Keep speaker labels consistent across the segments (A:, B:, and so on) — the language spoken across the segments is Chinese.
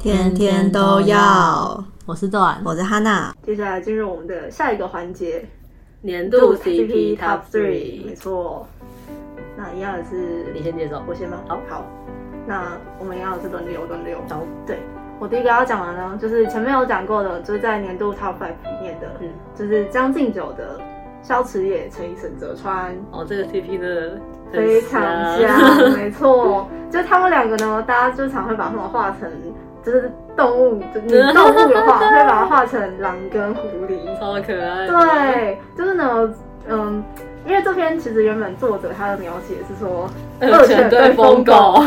A: 天天都要。
B: 我是豆安，
A: 我是哈娜，
C: 接下来进入我们的下一个环节，
B: 年
C: 度
B: 度
C: CP
B: CP
C: Top
B: Top
C: Three，没
B: Three，
C: 错。那一样的是
B: 你先接手。
C: 我先吗？
B: 好
C: 好。那我们一样的是轮流轮流。
B: 好，
C: 对，我第一个要讲的呢，就是前面有讲过的，就是在年度 Top Five 里面的，
B: 嗯，
C: 就是将进酒的萧池野、陈以诚、泽川，
B: 哦，这个 CP 的
C: 非常像，没错，就他们两个呢，大家就常会把他们画成就是动物，就是你动物的话会把它画成狼跟狐狸，
B: 超可爱。，
C: 对，就是呢，嗯，因为这篇其实原本作者他的描写是说，
B: 二犬对疯狗，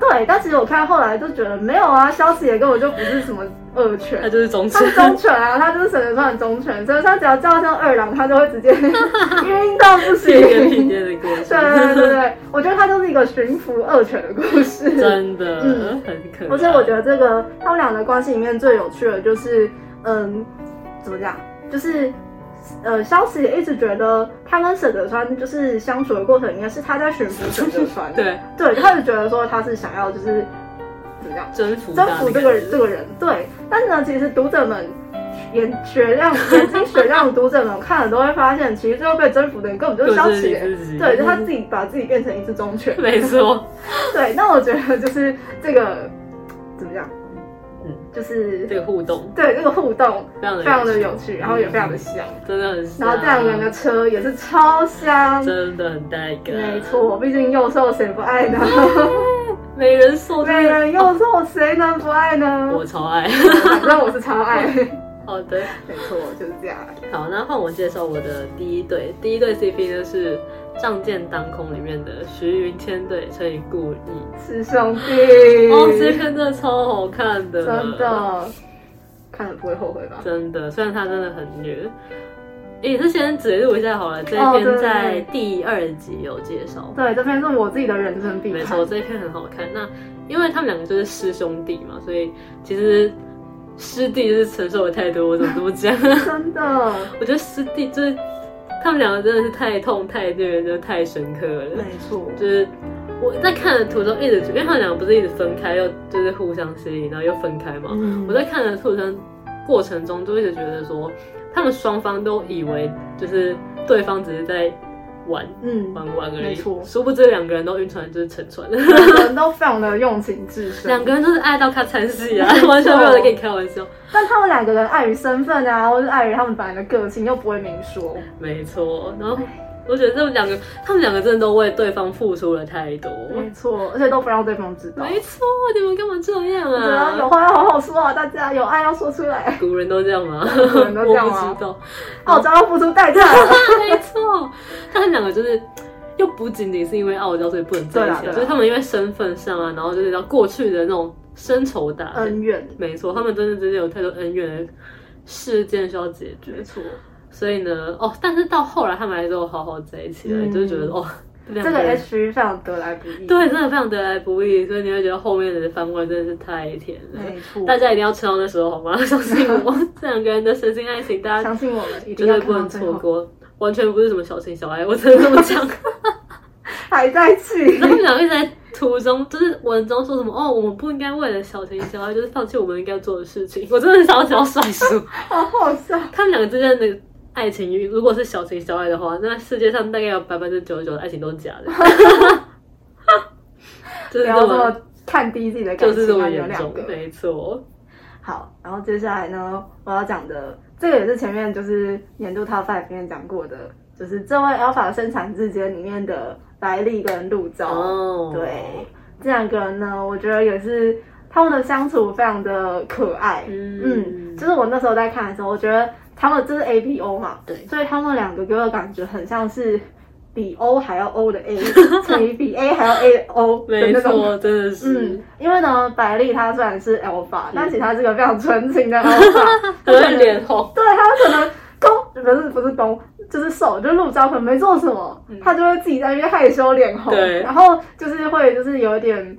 C: 对，但其实我看后来就觉得没有啊，萧子也根本就不是什么恶
B: 它
C: 犬。
B: 就是忠
C: 他
B: 犬
C: 是。忠犬啊，他就是沈德川的忠犬，所以他只要叫一声二郎，他就会 直接晕到不
B: 是一个体
C: 行。
B: 贴的故事，
C: 对对对对，我觉得他就是一个驯服恶犬的故事。
B: 真的
C: 嗯
B: 很可爱。
C: 而且我觉得这个他们俩的关系里面最有趣的就是，嗯，怎么讲？就是呃，萧慈也一直觉得他跟沈德川就是相处的过程里面是他在驯服沈德川，
B: 对
C: 对，他就觉得说他是想要就是怎么讲
B: 征服
C: 征
B: 它
C: 服
B: 那
C: 这个人
B: 人
C: 这个人，对。但是呢，其实读者们。眼雪亮、眼睛雪亮的读者们看了都会发现，其实最后被征服的人根本就是萧
B: 就
C: 慈
B: 是
C: 耶，
B: 你自己
C: 对，就他自己把自己变成一只忠犬，
B: 没错，
C: 对，那我觉得就是这个怎么讲，
B: 嗯
C: 就是
B: 这个互动
C: 对这个互动
B: 非常的
C: 非常的有趣，然后也非常的香，
B: 真的很像，
C: 然后这两个人的车也是超香，
B: 真的很带感，
C: 没，错，毕竟幼兽谁不爱呢？
B: 没人送
C: 美人幼兽谁能不爱呢？
B: 我超爱。
C: 反正我是超爱，没
B: 好的，
C: 错，就是这样。
B: 好，那换我介绍我的第一对，第一对 CP 呢是《仗剑当空》里面的徐云千对乘以顾意。
C: 师兄弟，
B: 哦，这篇真的超好看的，
C: 真，的看了不会后悔吧？
B: 真的，虽然它真的很虐。也是先指路一下好了，这
C: 哦
B: 一篇
C: 对对
B: 在
C: 对
B: 第二集有介绍。
C: 对，这篇是我自己的人生必
B: 没
C: 看
B: 错，，这一篇很好看。那因为他们两个就是师兄弟嘛，所以其实师弟就是承受了太多，我怎么这么讲？
C: 真的，
B: 我觉得师弟就是他们两个真的是太痛太虐，真的太深刻了。
C: 没错，
B: 就是我在看的途中一直觉得，因为他们两个不是一直分开，又就是互相吸引，然后又分开嘛。
A: 嗯
B: 我在看的途中过程中，就一直觉得说，他们双方都以为就是对方只是在玩
C: 嗯，
B: 玩玩而
C: 没
B: 已，
C: 错
B: 殊不知两个人都晕船就是沉船。
C: 两个人都非常的用情至深，
B: 两个人都是爱到咔惨死 啊
C: 没，错
B: 完全没有人跟你开玩笑。
C: 但他们两个人碍于身份啊，或是碍于他们本来的个性，又不会明说。
B: 没错，然后我觉得他们两个，他们两个真的都为对方付出了太多。
C: 没错，而且都不让对方知道。
B: 没错，你们干嘛这样
C: 对啊，有
B: 啊？
C: 话要好好说啊，大家有爱要说出 来。
B: 古人都这样吗？
C: 古人都这样啊吗
B: 我不知道。
C: 傲娇要付出代价。
B: 没错，他们两个就是。又不仅仅是因为傲娇，所以不能在一起啊，
C: 对啊对啊
B: 就是他们因为身份上啊，然后就是要过去的那种深仇大恨。
C: 恩怨，
B: 没错，他们真的真的有太多恩怨的事件需要解决。
C: 没错。
B: 所以呢，哦，但是到后来他们还是有好好在一起了，
C: 嗯
B: 就是觉得哦，这
C: 这个 H 非常得来不易。，
B: 对真的非常得来不易，所以你会觉得后面的翻过来真的是太甜了。
C: 没错。
B: 大家一定要吃到那时候好吗？相信我，这两个人的神经爱情，大家
C: 相信我们，一
B: 绝
C: 定要
B: 对
C: 看
B: 不
C: 到
B: 能
C: 最
B: 错啊
C: 后。
B: 过。完全不是什么小情小爱，我真的这么 讲。
C: 还在气
B: 然。后他们两个一直在途中，就是文中说什么哦，我们不应该为了小情小爱，就是放弃我们应该做的事情。我真的很想要想要甩书。
C: 好好笑。
B: 他们两个之间的爱情，如果是小情小爱的话，那世界上大概有百分之九十九的爱情都是假 的，就
C: 不
B: 是
C: 要
B: 这
C: 这
B: 么
C: 么看低自己的感
B: 就是这
C: 情啊，
B: 么
C: 有
B: 严
C: 两
B: 重
C: 个，。
B: 没错，
C: 好，然后接下来呢，我要讲的这个也是前面就是年度 Top Five 里面讲过的，就是这位 Alpha 生产之间里面的白丽跟陆钊。
B: 哦
C: 对，这两个人呢，我觉得也是他们的相处非常的可爱。
B: 嗯
C: 嗯，就是我那时候在看的时候，我觉得他们这是 A B O 嘛，
B: 对
C: 所以他们两个给我的感觉很像是。比 O 还要 O 的 A 乘以比 A 还要 A O 的
B: 没
C: 那种
B: 错，真的是。
C: 嗯，因为呢，百丽她虽然是 alpha，、但其实她是个非常纯情的 alpha，
B: 嗯很会脸红，
C: 对她可能攻不是不是攻，就是守，就是陆钊可能没做什么，她就会自己在那边害羞脸红，
B: 嗯对
C: 然后就是会就是有一点。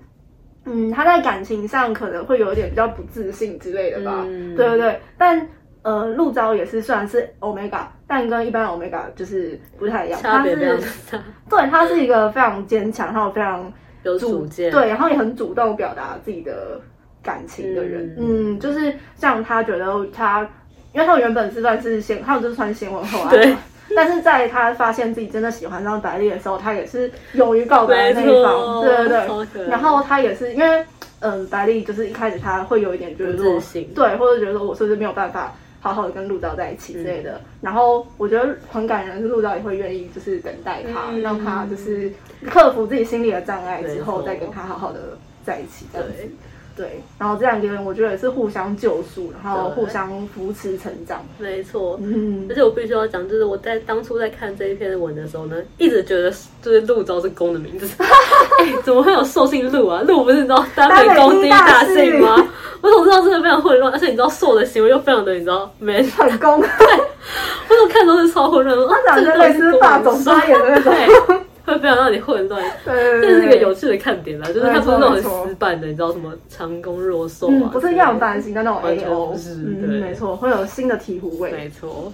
C: 嗯，她在感情上可能会有一点比较不自信之类的吧，
B: 嗯
C: 对对对。但呃，陆钊也是虽然是 omega，但跟一般 omega 就是不太一样，
B: 差
C: 他
B: 别
C: 是
B: 非常大，
C: 对，他是一个非常坚强，然后非常
B: 有主见，
C: 对，然后也很主动表达自己的感情的人。
B: 嗯
C: 嗯，就是像他觉得他，因为他原本是算是先，他就是算先文后爱嘛
B: 对。
C: 但是在他发现自己真的喜欢上白丽的时候，他也是勇于告
B: 没
C: 白的那一方，
B: 错，
C: 对对对。
B: 超可爱
C: 然后他也是因为，嗯，白丽就是一开始他会有一点觉得
B: 不
C: 说
B: 自信，
C: 对，或者觉得说我是不是没有办法好好的跟陆导在一起之类的。
B: 嗯
C: 然后我觉得很感人，是陆导也会愿意就是等待他，
B: 嗯
C: 让他就是克服自己心里的障碍之
B: 没
C: 后，
B: 错
C: 再跟他好好的在一起这样子。
B: 对，
C: 对，然后这两个人我觉得也是互相救赎，然后
B: 对
C: 互相扶持成长。
B: 没错。
C: 嗯
B: 而，且我必须要讲，就是我在当初在看这一篇文的时候呢，一直觉得就是陆昭是公的名字， 哎、怎么会有兽姓陆啊？陆不是你知道单
C: 单
B: 北
C: 北
B: 公
C: 第
B: 第
C: 一
B: 一
C: 大
B: 大姓吗？我总知道真的非常混乱，而且你知道兽的行为又非常的你知道 man，
C: 很
B: 我
C: 公，
B: 怎么看都是超混乱的。
C: 他长
B: 这
C: 得
B: 个
C: 类
B: 到底是
C: 似
B: 公
C: 霸
B: 还
C: 总
B: 是兽
C: 发言的那种。
B: 啊 对，会非常让你混乱。
C: 对，
B: 这
C: 对
B: 是一个。有
C: 对
B: 趣的看点啦，就是它不是那种
C: 没
B: 很
C: 错没错
B: 死板的，你知道什么长弓弱兽啊之类的、
C: 嗯，不是样板型的那种
B: 完
C: A
B: 全
C: O，
B: 不是对
C: 嗯，没错，会有新的醍醐味。
B: 没错。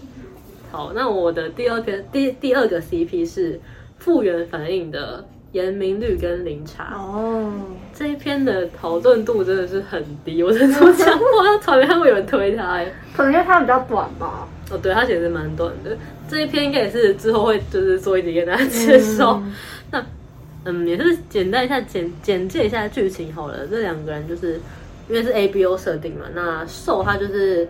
B: 好，那我的第二篇第第二个 CP 是复原反应的延明绿跟林茶。
C: 哦，
B: 这一篇的讨论度真的是很低，我真的这么讲，我好像从来没看过有人推它哎、
C: 可能因为它比较短吧。
B: 哦，对，它其实蛮短的。这一篇应该也是之后会 就是做一集给大家介绍。
C: 嗯
B: 那嗯，也是简单一下简简介一下剧情好了。这两个人就是因为是 A B O 设定嘛，那受他就是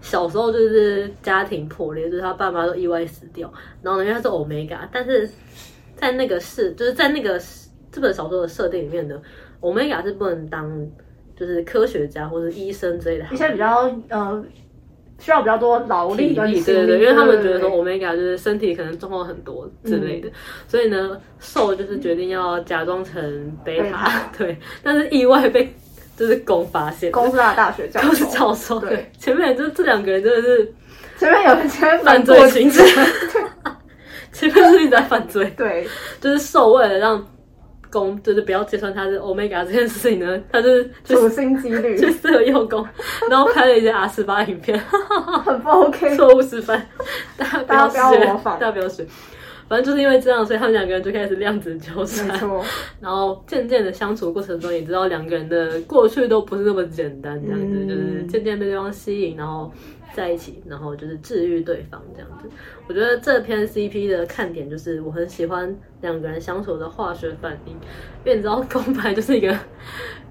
B: 小时候就是家庭破裂，就是他爸妈都意外死掉，然后呢，因为他是 Omega，但是在那个是就是在那个世这本小说的设定里面呢，Omega 是不能当就是科学家或者医生之类的行业，
C: 一些比较呃需要比较多劳力跟
B: 对
C: 心力，
B: 对对，因为嗯他们觉得说
C: 对对
B: omega 就是身体可能状况很多之类的，所以呢，瘦就是决定要假装成贝
C: 贝
B: 塔
C: 塔，
B: 对，但是意外被就是公发现，
C: 公司大大学教
B: 公是
C: 授，
B: 教授，
C: 对
B: 对，前面就是这两个人真的是
C: 前面有人前面
B: 犯
C: 反
B: 罪
C: 过
B: 行 者，前面是一直在犯罪，
C: 对，
B: 就是瘦为了让公就是不要揭穿他是 omega 这件事情呢，他就是
C: 处
B: 就是
C: 心积
B: 去
C: 虑，
B: 色诱公，然后拍了一些 R 十八影片。
C: 很不 OK。
B: 错误示范， 大家不要
C: 大家不要
B: 学，
C: 模仿
B: 大家不要学。反正就是因为这样，所以他们两个人就开始量子纠
C: 没
B: 缠。
C: 错，
B: 然后渐渐的相处过程中，也知道两个人的过去都不是那么简单，这样子、
C: 嗯
B: 就是渐渐被对方吸引，然后在一起，然后就是治愈对方这样子。我觉得这篇 CP 的看点就是我很喜欢两个人相处的化学反应，因为你知道公白就是一个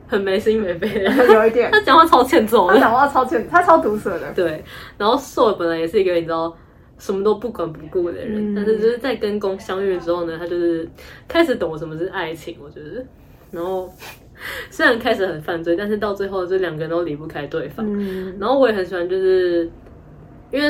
B: 很没心没肺的 人，
C: 有一点
B: 他，讲话超欠揍的
C: 他。讲话超欠，他超毒舌的，
B: 对，然后瘦本来也是一个你知道什么都不管不顾的人，
C: 嗯
B: 但是就是在跟公相遇之后呢，他就是开始懂我什么是爱情，我觉得。然后虽然开始很犯罪，但是到最后这两个人都离不开对方。
C: 嗯，
B: 然后我也很喜欢，就是因为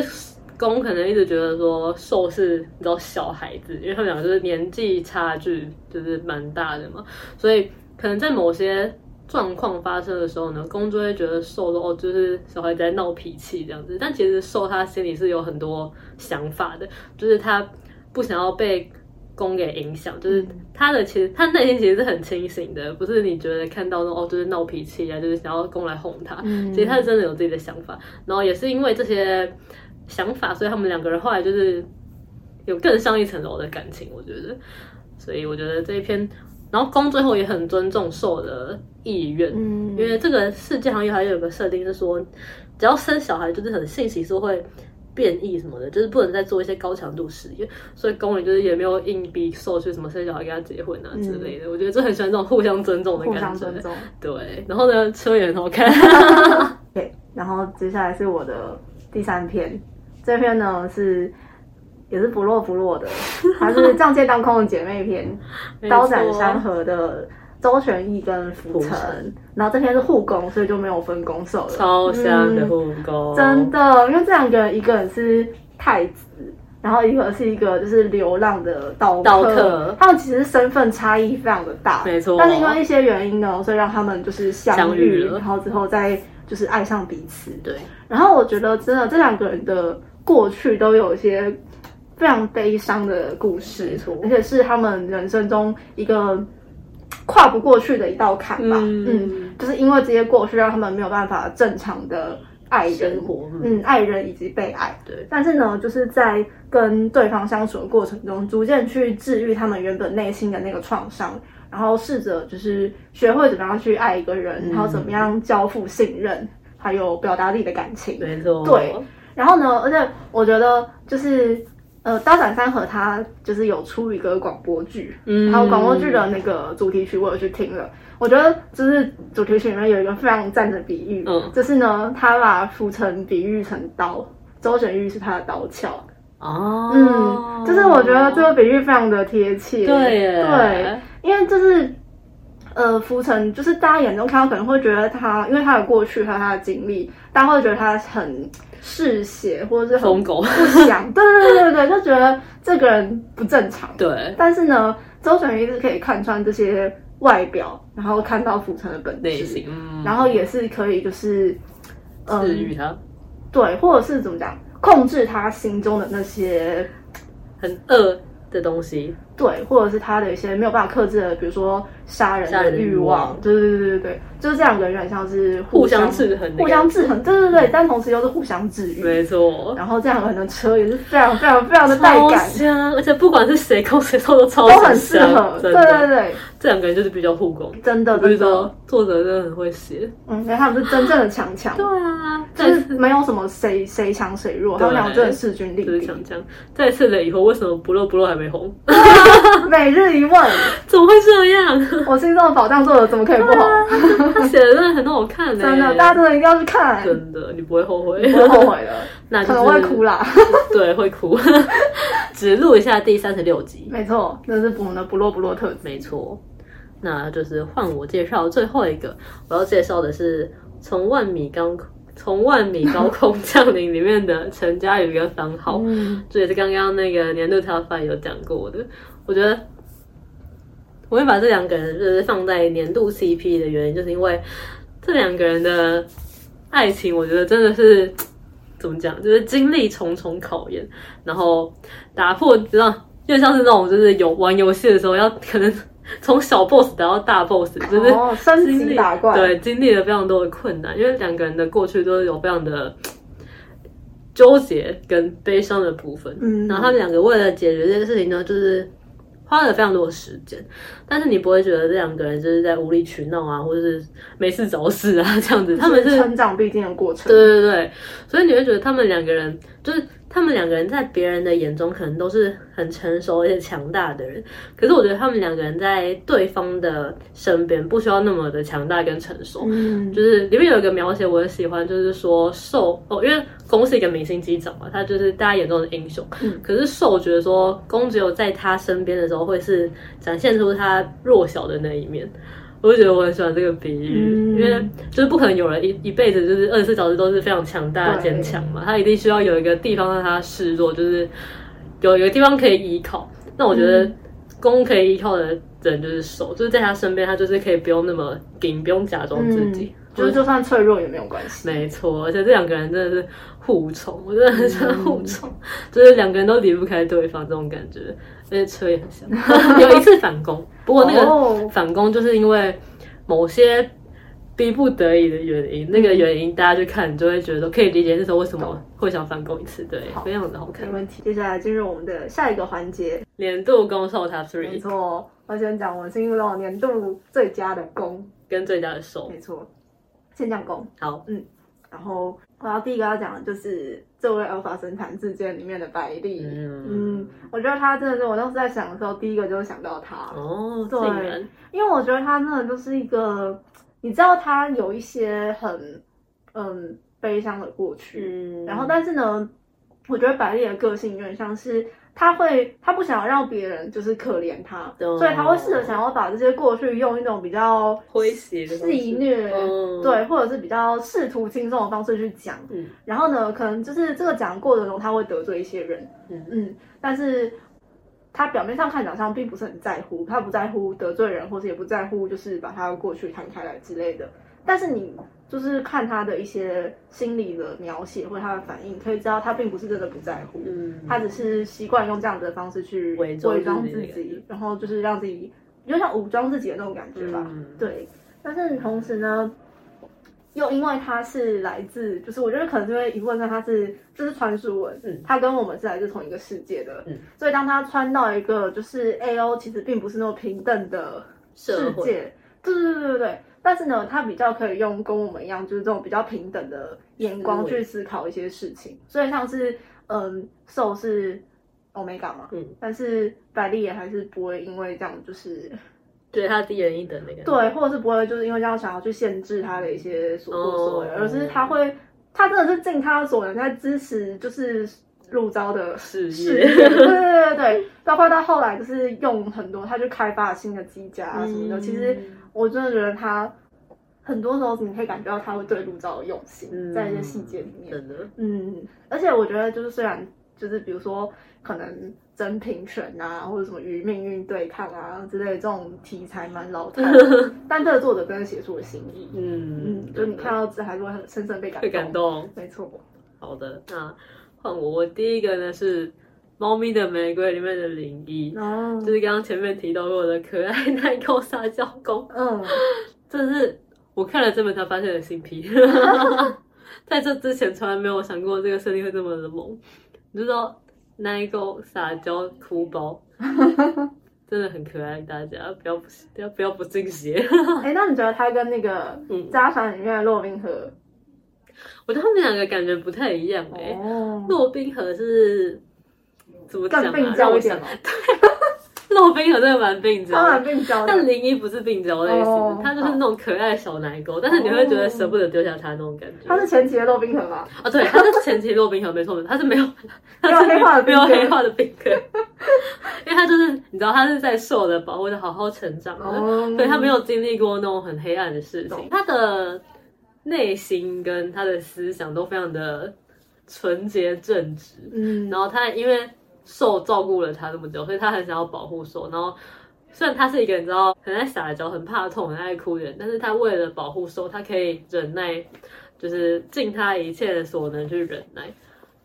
B: 公可能一直觉得说受是你知道小孩子，因为他们两个就是年纪差距就是蛮大的嘛，所以可能在某些状况发生的时候呢，公就会觉得受说哦就是小孩子在闹脾气这样子，但其实受他心里是有很多想法的，就是他不想要被。公给影响，就是他的其实他内心其实是很清醒的，不是你觉得看到那种哦就是闹脾气啊，就是想要公来哄他，
C: 嗯
B: 其实他是真的有自己的想法，然后也是因为这些想法，所以他们两个人后来就是有更上一层楼的感情，我觉得。所以我觉得这一篇，然后公最后也很尊重受的意愿，
C: 嗯
B: 因为这个世界好像还有个设定是说，只要生小孩就是很性息是会变异什么的，就是不能再做一些高强度实验，所以公里就是也没有硬逼受去什么生小孩跟他结婚啊之类的。我觉得就很喜欢这种互相尊重的
C: 嗯互
B: 感
C: 相
B: 觉。
C: 尊重。
B: 对，然后呢，车也很好看。
C: 对，然后接下来是我的第三篇，这篇呢是也是不落不落的， 它是《仗剑当空》的姐妹篇，《刀斩 山河》的周旋义跟浮
B: 浮
C: 城
B: 城，
C: 然后这篇是护工，所以就没有分攻守了。
B: 超香的护工，
C: 嗯真的，因为这两个人，一个人是太子，然后一个是一个就是流浪的道客
B: 道客
C: 他们其实身份差异非常的大，
B: 没错
C: 但是因为一些原因呢，所以让他们就是相遇，
B: 相遇了
C: 然后之后再就是爱上彼此。
B: 对，
C: 然后我觉得真的这两个人的过去都有一些非常悲伤的故
B: 没
C: 事
B: 错，
C: 而且是他们人生中一个跨不过去的一道坎吧。
B: 嗯
C: 嗯就是因为这些过去，让他们没有办法正常的爱人
B: 生，活，嗯，
C: 嗯，爱人以及被爱。
B: 对，
C: 但是呢，就是在跟对方相处的过程中，逐渐去治愈他们原本内心的那个创伤，然后试着就是学会怎么样去爱一个人，
B: 嗯
C: 然后怎么样交付信任，还有表达自己的感情。
B: 没错，
C: 对然后呢，而且我觉得就是呃，刀斩三和他就是有出一个广播剧，
B: 嗯，
C: 还有广播剧的那个主题曲，我有去听了。我觉得就是主题曲里面有一个非常赞的比喻，
B: 嗯
C: 就是呢，他把浮尘比喻成刀，周玄玉是他的刀鞘。
B: 哦，
C: 嗯，就是我觉得这个比喻非常的贴切。
B: 对耶
C: 对，因为就是呃，浮尘就是大家眼中看到可能会觉得他，因为他的过去和他的经历，大家会觉得他很嗜血或者是很
B: 疯狗，
C: 不祥。对对对对对，就觉得这个人不正常。
B: 对，
C: 但是呢，周璇玉是可以看穿这些外表，然后看到浮尘的本
B: 类
C: 质，
B: 型，嗯
C: 然后也是可以就是，嗯、
B: 治愈他，
C: 对，或者是怎么讲，控制他心中的那些
B: 很恶的东西，
C: 对，或者是他的一些没有办法克制的，比如说杀人
B: 杀
C: 的
B: 人的
C: 欲
B: 欲
C: 望，
B: 望
C: 对对对对对，就是这两个人像是
B: 互
C: 相
B: 相制衡的
C: 互相制衡，对对对，但同时又是互相治愈。
B: 没错，
C: 然后这两个人的车也是非常非常非常的带
B: 超
C: 感，
B: 香，而且不管是谁攻谁受都超
C: 都很适
B: 香
C: 合。对
B: 真的，
C: 对对，
B: 这两个人就是比较互攻。
C: 真
B: 我
C: 的
B: 不
C: 真
B: 知
C: 的
B: 道，作者真的很会写，
C: 嗯，因为他们是真正的强强。
B: 啊，
C: 就
B: 再
C: 是
B: 次
C: 没有什么谁谁强谁弱，他
B: 对
C: 们俩真的势均力
B: 就是
C: 敌。
B: 强强，再次的以后为什么不露不露还没红？
C: 每日一问，
B: 怎么会这样？
C: 我心中的宝藏做的怎么可以不好？
B: 他写的真的很好 看呢、
C: 真的，大家真的一定要去看，
B: 真的，你不会后悔，
C: 嗯不会后悔的，
B: 那就
C: 可
B: 是
C: 能会哭啦。
B: 对，会哭。 只录一下第三十六集，
C: 没错，那是我们的不落不落特辑。
B: 没错。那就是换我介绍最后一个，我要介绍的是从万米高从万米高空降临里面的陈佳宇跟方浩，
C: 嗯，
B: 这也是刚刚那个年度 Top Five 有讲过的。我觉得我会把这两个人就是放在年度 CP 的原因，就是因为这两个人的爱情，我觉得真的是怎么讲，就是经历重重考验，然后打破，你知道，就像是那种就是有玩游戏的时候要可能从小 boss 打到大 boss，就是
C: 哦，升
B: 经
C: 级
B: 历
C: 打怪，
B: 对，经历了非常多的困难，因为两个人的过去都有非常的纠结跟悲伤的部分。
C: 嗯
B: 然后他们两个为了解决这件事情呢，就是花了非常多的时间，但是你不会觉得这两个人就是在无理取闹啊，或者是没事找事啊这样子，他们
C: 就是成长必经的过程。
B: 对对对，所以你会觉得他们两个人，就是他们两个人在别人的眼中可能都是很成熟而且强大的人，可是我觉得他们两个人在对方的身边不需要那么的强大跟成熟。
C: 嗯，
B: 就是里面有一个描写我很喜欢，就是说受哦，因为公是一个明星机长嘛，他就是大家眼中的英雄。
C: 嗯
B: 可是受觉得说公只有在他身边的时候，会是展现出他弱小的那一面。我就觉得我很喜欢这个比喻，
C: 嗯
B: 因为就是不可能有人一一辈子就是二十四小时都是非常强大
C: 对
B: 坚强嘛，他一定需要有一个地方让他示弱，就是有一个地方可以依靠。那我觉得
C: 嗯
B: 公可以依靠的人就是手，就是在他身边，他就是可以不用那么紧，不用假装自己。
C: 就是就算脆嗯弱也没有关系。
B: 没错，而且这两个人真的是互宠，我真的很喜欢
C: 嗯
B: 互宠，就是两个人都离不开对方这种感觉，而且车也很像。 有一次反攻，不过那个
C: 哦，
B: 反攻就是因为某些逼不得已的原因，那个原因大家去看，你就会觉得可以理解那时候为什么会想反攻一次，对，非常的好看
C: 没。问题。接下来进入我们的下一个环节，
B: 年度攻受 Top
C: 没
B: Three
C: 错，我先讲我心目中的年度最佳的攻，
B: 跟最佳的受，
C: 没错，先讲攻。
B: 好，
C: 然后我要第一个要讲的就是这位 Alpha 神坛事件里面的百丽。嗯
B: 嗯，
C: 我觉得他真的是我当时在想的时候，第一个就是想到他，
B: 哦，
C: 对
B: 竟然，
C: 因为我觉得他真的就是一个，你知道他有一些很嗯悲伤的过去，
B: 嗯
C: 然后但是呢，我觉得百丽的个性有点像是。他会，他不想让别人就是可怜他，
B: 懂
C: 所以他会试着想要把这些过去用一种比较
B: 诙谐的方式
C: 戏虐，
B: 嗯
C: 对，或者是比较试图轻松的方式去讲。
B: 嗯
C: 然后呢，可能就是这个讲的过程中，他会得罪一些人，
B: 嗯
C: 嗯，但是他表面上看起来好像并不是很在乎，他不在乎得罪人，或者也不在乎就是把他的过去摊开来之类的。但是你就是看他的一些心理的描写或者他的反应，可以知道他并不是真的不在乎，
B: 嗯，
C: 他只是习惯用这样子的方式去
B: 伪
C: 伪
B: 装
C: 装
B: 自己
C: 自
B: 的感觉
C: 己，然后就是让自己有点像武装自己的那种感觉吧。
B: 嗯
C: 对，但是同时呢，又因为他是来自，就是我觉得可能是因为一部分他是就是传输文，
B: 嗯
C: 他跟我们是来自同一个世界的，
B: 嗯
C: 所以当他穿到一个就是 A O 其实并不是那么平等的世
B: 社会
C: 界，对对对对对。但是呢，他比较可以用跟我们一样，就是这种比较平等的眼光
B: 思维
C: 去思考一些事情。所以像是，嗯，受是 omega 嘛，
B: 嗯，
C: 但是百丽也还是不会因为这样就是
B: 觉得他低人一等的感觉。
C: 对，或者是不会就是因为这样想要去限制他的一些所作所为，
B: 哦
C: 而是他会，他真的是尽他所能在支持就是入招的
B: 事
C: 事
B: 业
C: 业，对对对对，包括到后来就是用很多他去开发新的机甲啊什么的，
B: 嗯
C: 其实我真的觉得他很多时候你可以感觉到他会对入招的用心，
B: 嗯
C: 在一些细节里面，
B: 真的，
C: 嗯，而且我觉得就是虽然就是比如说可能真平权啊，或者什么与命运对抗啊之类的这种题材蛮老套的， 但这个作者真的写出了心意。
B: 嗯
C: 嗯，就你看到字还是会很深深被感
B: 会
C: 动。
B: 感动。
C: 没错。
B: 好的，那换我，我第一个呢是《猫咪的玫瑰》里面的灵异。
C: 哦
B: 嗯就是刚刚前面提到过的可爱奶狗撒娇公，
C: 嗯，
B: 这是我看了这本才发现的新癖。 在这之前从来没有想过这个设定会这么的萌。你知道奶狗撒娇哭 包，真的很可爱，大家不要不不要不要不信邪。
C: 哎、那你觉得他跟那个
B: 嗯
C: 《家常里面的骆冰河
B: 我觉得他们两个感觉不太一样哎、》
C: 哦，
B: 骆冰河是怎么讲
C: 更
B: 啊
C: 病？
B: 让
C: 娇
B: 我
C: 一点
B: 想
C: 哦，，
B: 骆冰河真的蛮病娇
C: 当然
B: 的。
C: 病娇的。
B: 但零一不是病娇类型
C: 哦
B: 的，它就是那种可爱小奶狗，但是你会觉得舍不得丢下它那种感觉。
C: 他是前期的骆冰河吧？
B: 啊，对，它是前期落冰河，没错，它是没有，它是
C: 没有黑化的
B: 没有
C: 冰
B: 黑
C: 河
B: 化的冰河，因为它就是你知道，它是在受的保护的好好成长的，
C: 哦
B: 对，它没有经历过那种很黑暗的事情
C: 懂，
B: 它的内心跟它的思想都非常的纯洁正直，
C: 嗯，
B: 然后他因为受照顾了他这么久，所以他很想要保护受。然后虽然他是一个你知道很爱撒娇、很怕痛、很爱哭的人，但是他为了保护受，他可以忍耐，就是尽他一切所能去忍耐。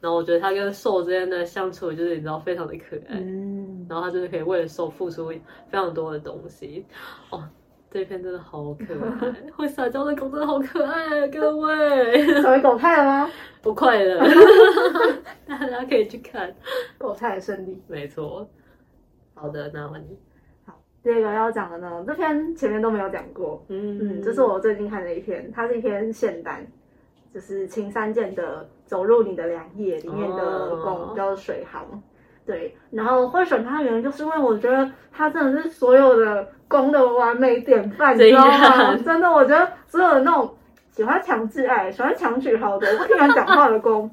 B: 然后我觉得他跟受之间的相处，就是你知道非常的可爱。
C: 嗯，
B: 然后他就是可以为了受付出非常多的东西。哦，这篇真的好可爱，会撒娇的狗真的好可爱，啊各位，
C: 成为狗派了吗？
B: 不快乐， 大家可以去看。
C: 狗派的胜利。
B: 没错。好的，那换你。
C: 第二个要讲的呢，这篇前面都没有讲过，
B: 嗯
C: 嗯，这是我最近看的一篇，它是一篇现单，就是青山剑的《走入你的良夜》里面的
B: 哦
C: 公、叫做水航，对，然后会选它的原因就是因为我觉得它真的是所有的公的完美典范，你
B: 怎
C: 知道
B: 样
C: 吗？ 真的，我觉得所有的那种喜欢强制爱、喜欢强取豪夺、不听人讲话的公，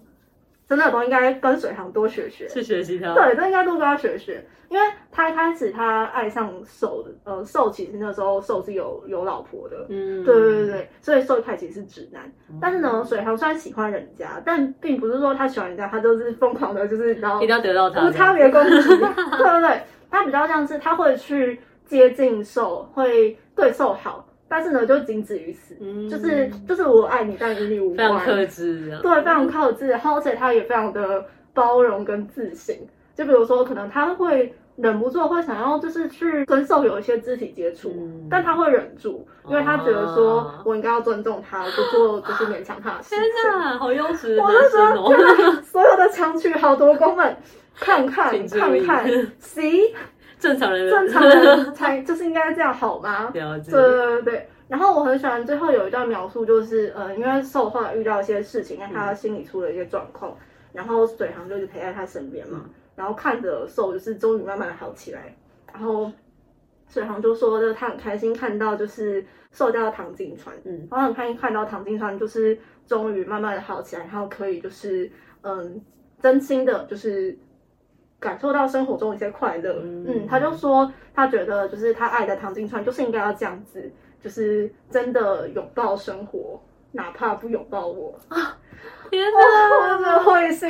C: 真的都应该跟水航多学学。
B: 去学习它。
C: 对，这应该都跟他学学，因为他一开始他爱上受的，呃，受其实那时候受是有有老婆的，
B: 嗯，
C: 对对对对，所以受一开始是直男，但是呢，水航虽然喜欢人家，但并不是说他喜欢人家，他就是疯狂的，就是然后
B: 一定要得到它。
C: 无差别攻击，对 对对，他比较像是他会去接近受，会对受好，但是呢，就仅止于此，
B: 嗯
C: 就是就是我爱你，但与你无
B: 非常
C: 关，
B: 克制，啊这样
C: 对，非常克制，然后而且他也非常的包容跟自信。就比如说，可能他会忍不住会想要就是去跟受有一些肢体接触，
B: 嗯
C: 但他会忍住，因为他觉得说
B: 啊
C: 我应该要尊重他，不做就是勉强他的事
B: 天
C: 情。
B: 哪，好优质的
C: 我就
B: 男
C: 觉
B: 生
C: 得
B: 哦！
C: 天哪， 所有的强取好多公们，看看
B: 请注
C: 看
B: 意
C: 看， 行，
B: 正常人的
C: 正常人才就是应该这样好吗？
B: 了解。
C: 对对对对。然后我很喜欢最后有一段描述，就是呃，因为受后来遇到一些事情，让他心里出了一些状况，然后水航就是陪在他身边嘛，然后看着受就是终于慢慢的好起来，然后水航就说，就是他很开心看到就是受掉唐金川，
B: 嗯
C: 然后很开心看到唐金川就是终于慢慢的好起来，然后可以就是嗯，真心的就是感受到生活中一些快乐。
B: 嗯
C: 嗯他就说他觉得就是他爱的唐金川就是应该要这样子，就是真的拥抱生活，哪怕不拥抱我，
B: 天哪，
C: 我真的会心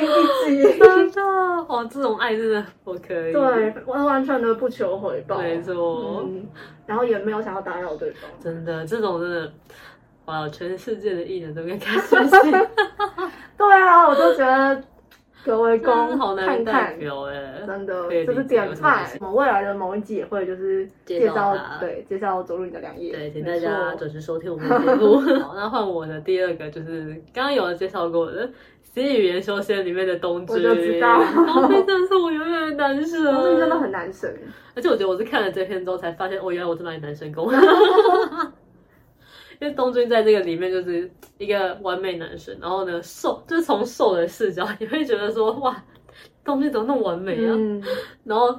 C: 一击。
B: 真的哦，这种爱真的我可以。，
C: 对，完完全的不求回报，
B: 没错，
C: 嗯，然后也没有想要打扰对方。
B: 真的这种真的， 哇，全世界的艺人都应该开始学习。
C: 对啊，我就觉得各位
B: 真
C: 公
B: 是嗯好难
C: 看
B: 代
C: 看，
B: 表哎，
C: 真的
B: 可以理
C: 这
B: 解
C: 是典
B: 为什么
C: 范
B: 不。行
C: 我们未来的某一集也会就是
B: 介
C: 介
B: 绍
C: 绍
B: 它
C: 对介绍《走入你的良夜》，
B: 对，请大
C: 没错
B: 家准时收听我们的节 目。好，那换我的第二个就是刚刚有人介绍过的《C 语言修仙》里面的东芝，
C: 我就知道
B: 东芝真的是我永远的男神，
C: 东西真的很难神，
B: 而且我觉得我是看了这篇之后才发现，哦，原来我是蛮男神攻。 因为东君在这个里面就是一个完美男神，然后呢，瘦就是从瘦的视角，你会觉得说哇，东君怎么那么完美啊？
C: 嗯，
B: 然后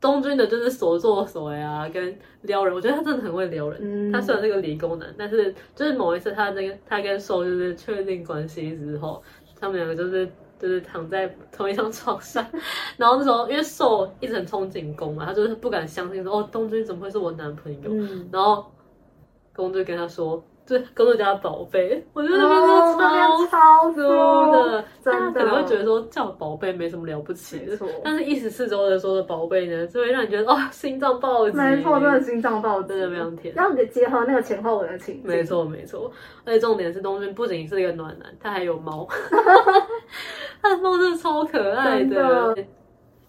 B: 东君的就是所作所为啊，跟撩人，我觉得他真的很会撩人。
C: 嗯
B: 他虽然是个理工男，但是就是某一次他那个他跟兽就是确定关系之后，他们两个就是就是躺在同一张床上， 然后那时候因为兽一直很憧憬宫嘛，他就是不敢相信说哦，东君怎么会是我男朋友？
C: 嗯，
B: 然后公就跟他说，对，公主叫他宝贝，我觉得那边真的超
C: 哦超
B: 粗
C: 的，
B: 的，大家
C: 真的
B: 可能会觉得说叫宝贝没什么了不起
C: 没
B: 的
C: 错，
B: 但是一十四周的时候的宝贝呢，就会让你觉得哦，心脏暴击，
C: 没错，真的心脏暴击，
B: 真的非常甜
C: 然后你结合那个前后文的情境，
B: 没，错没错，而且重点是东君不仅是一个暖男，他还有猫， 他的猫真的超可爱
C: 真的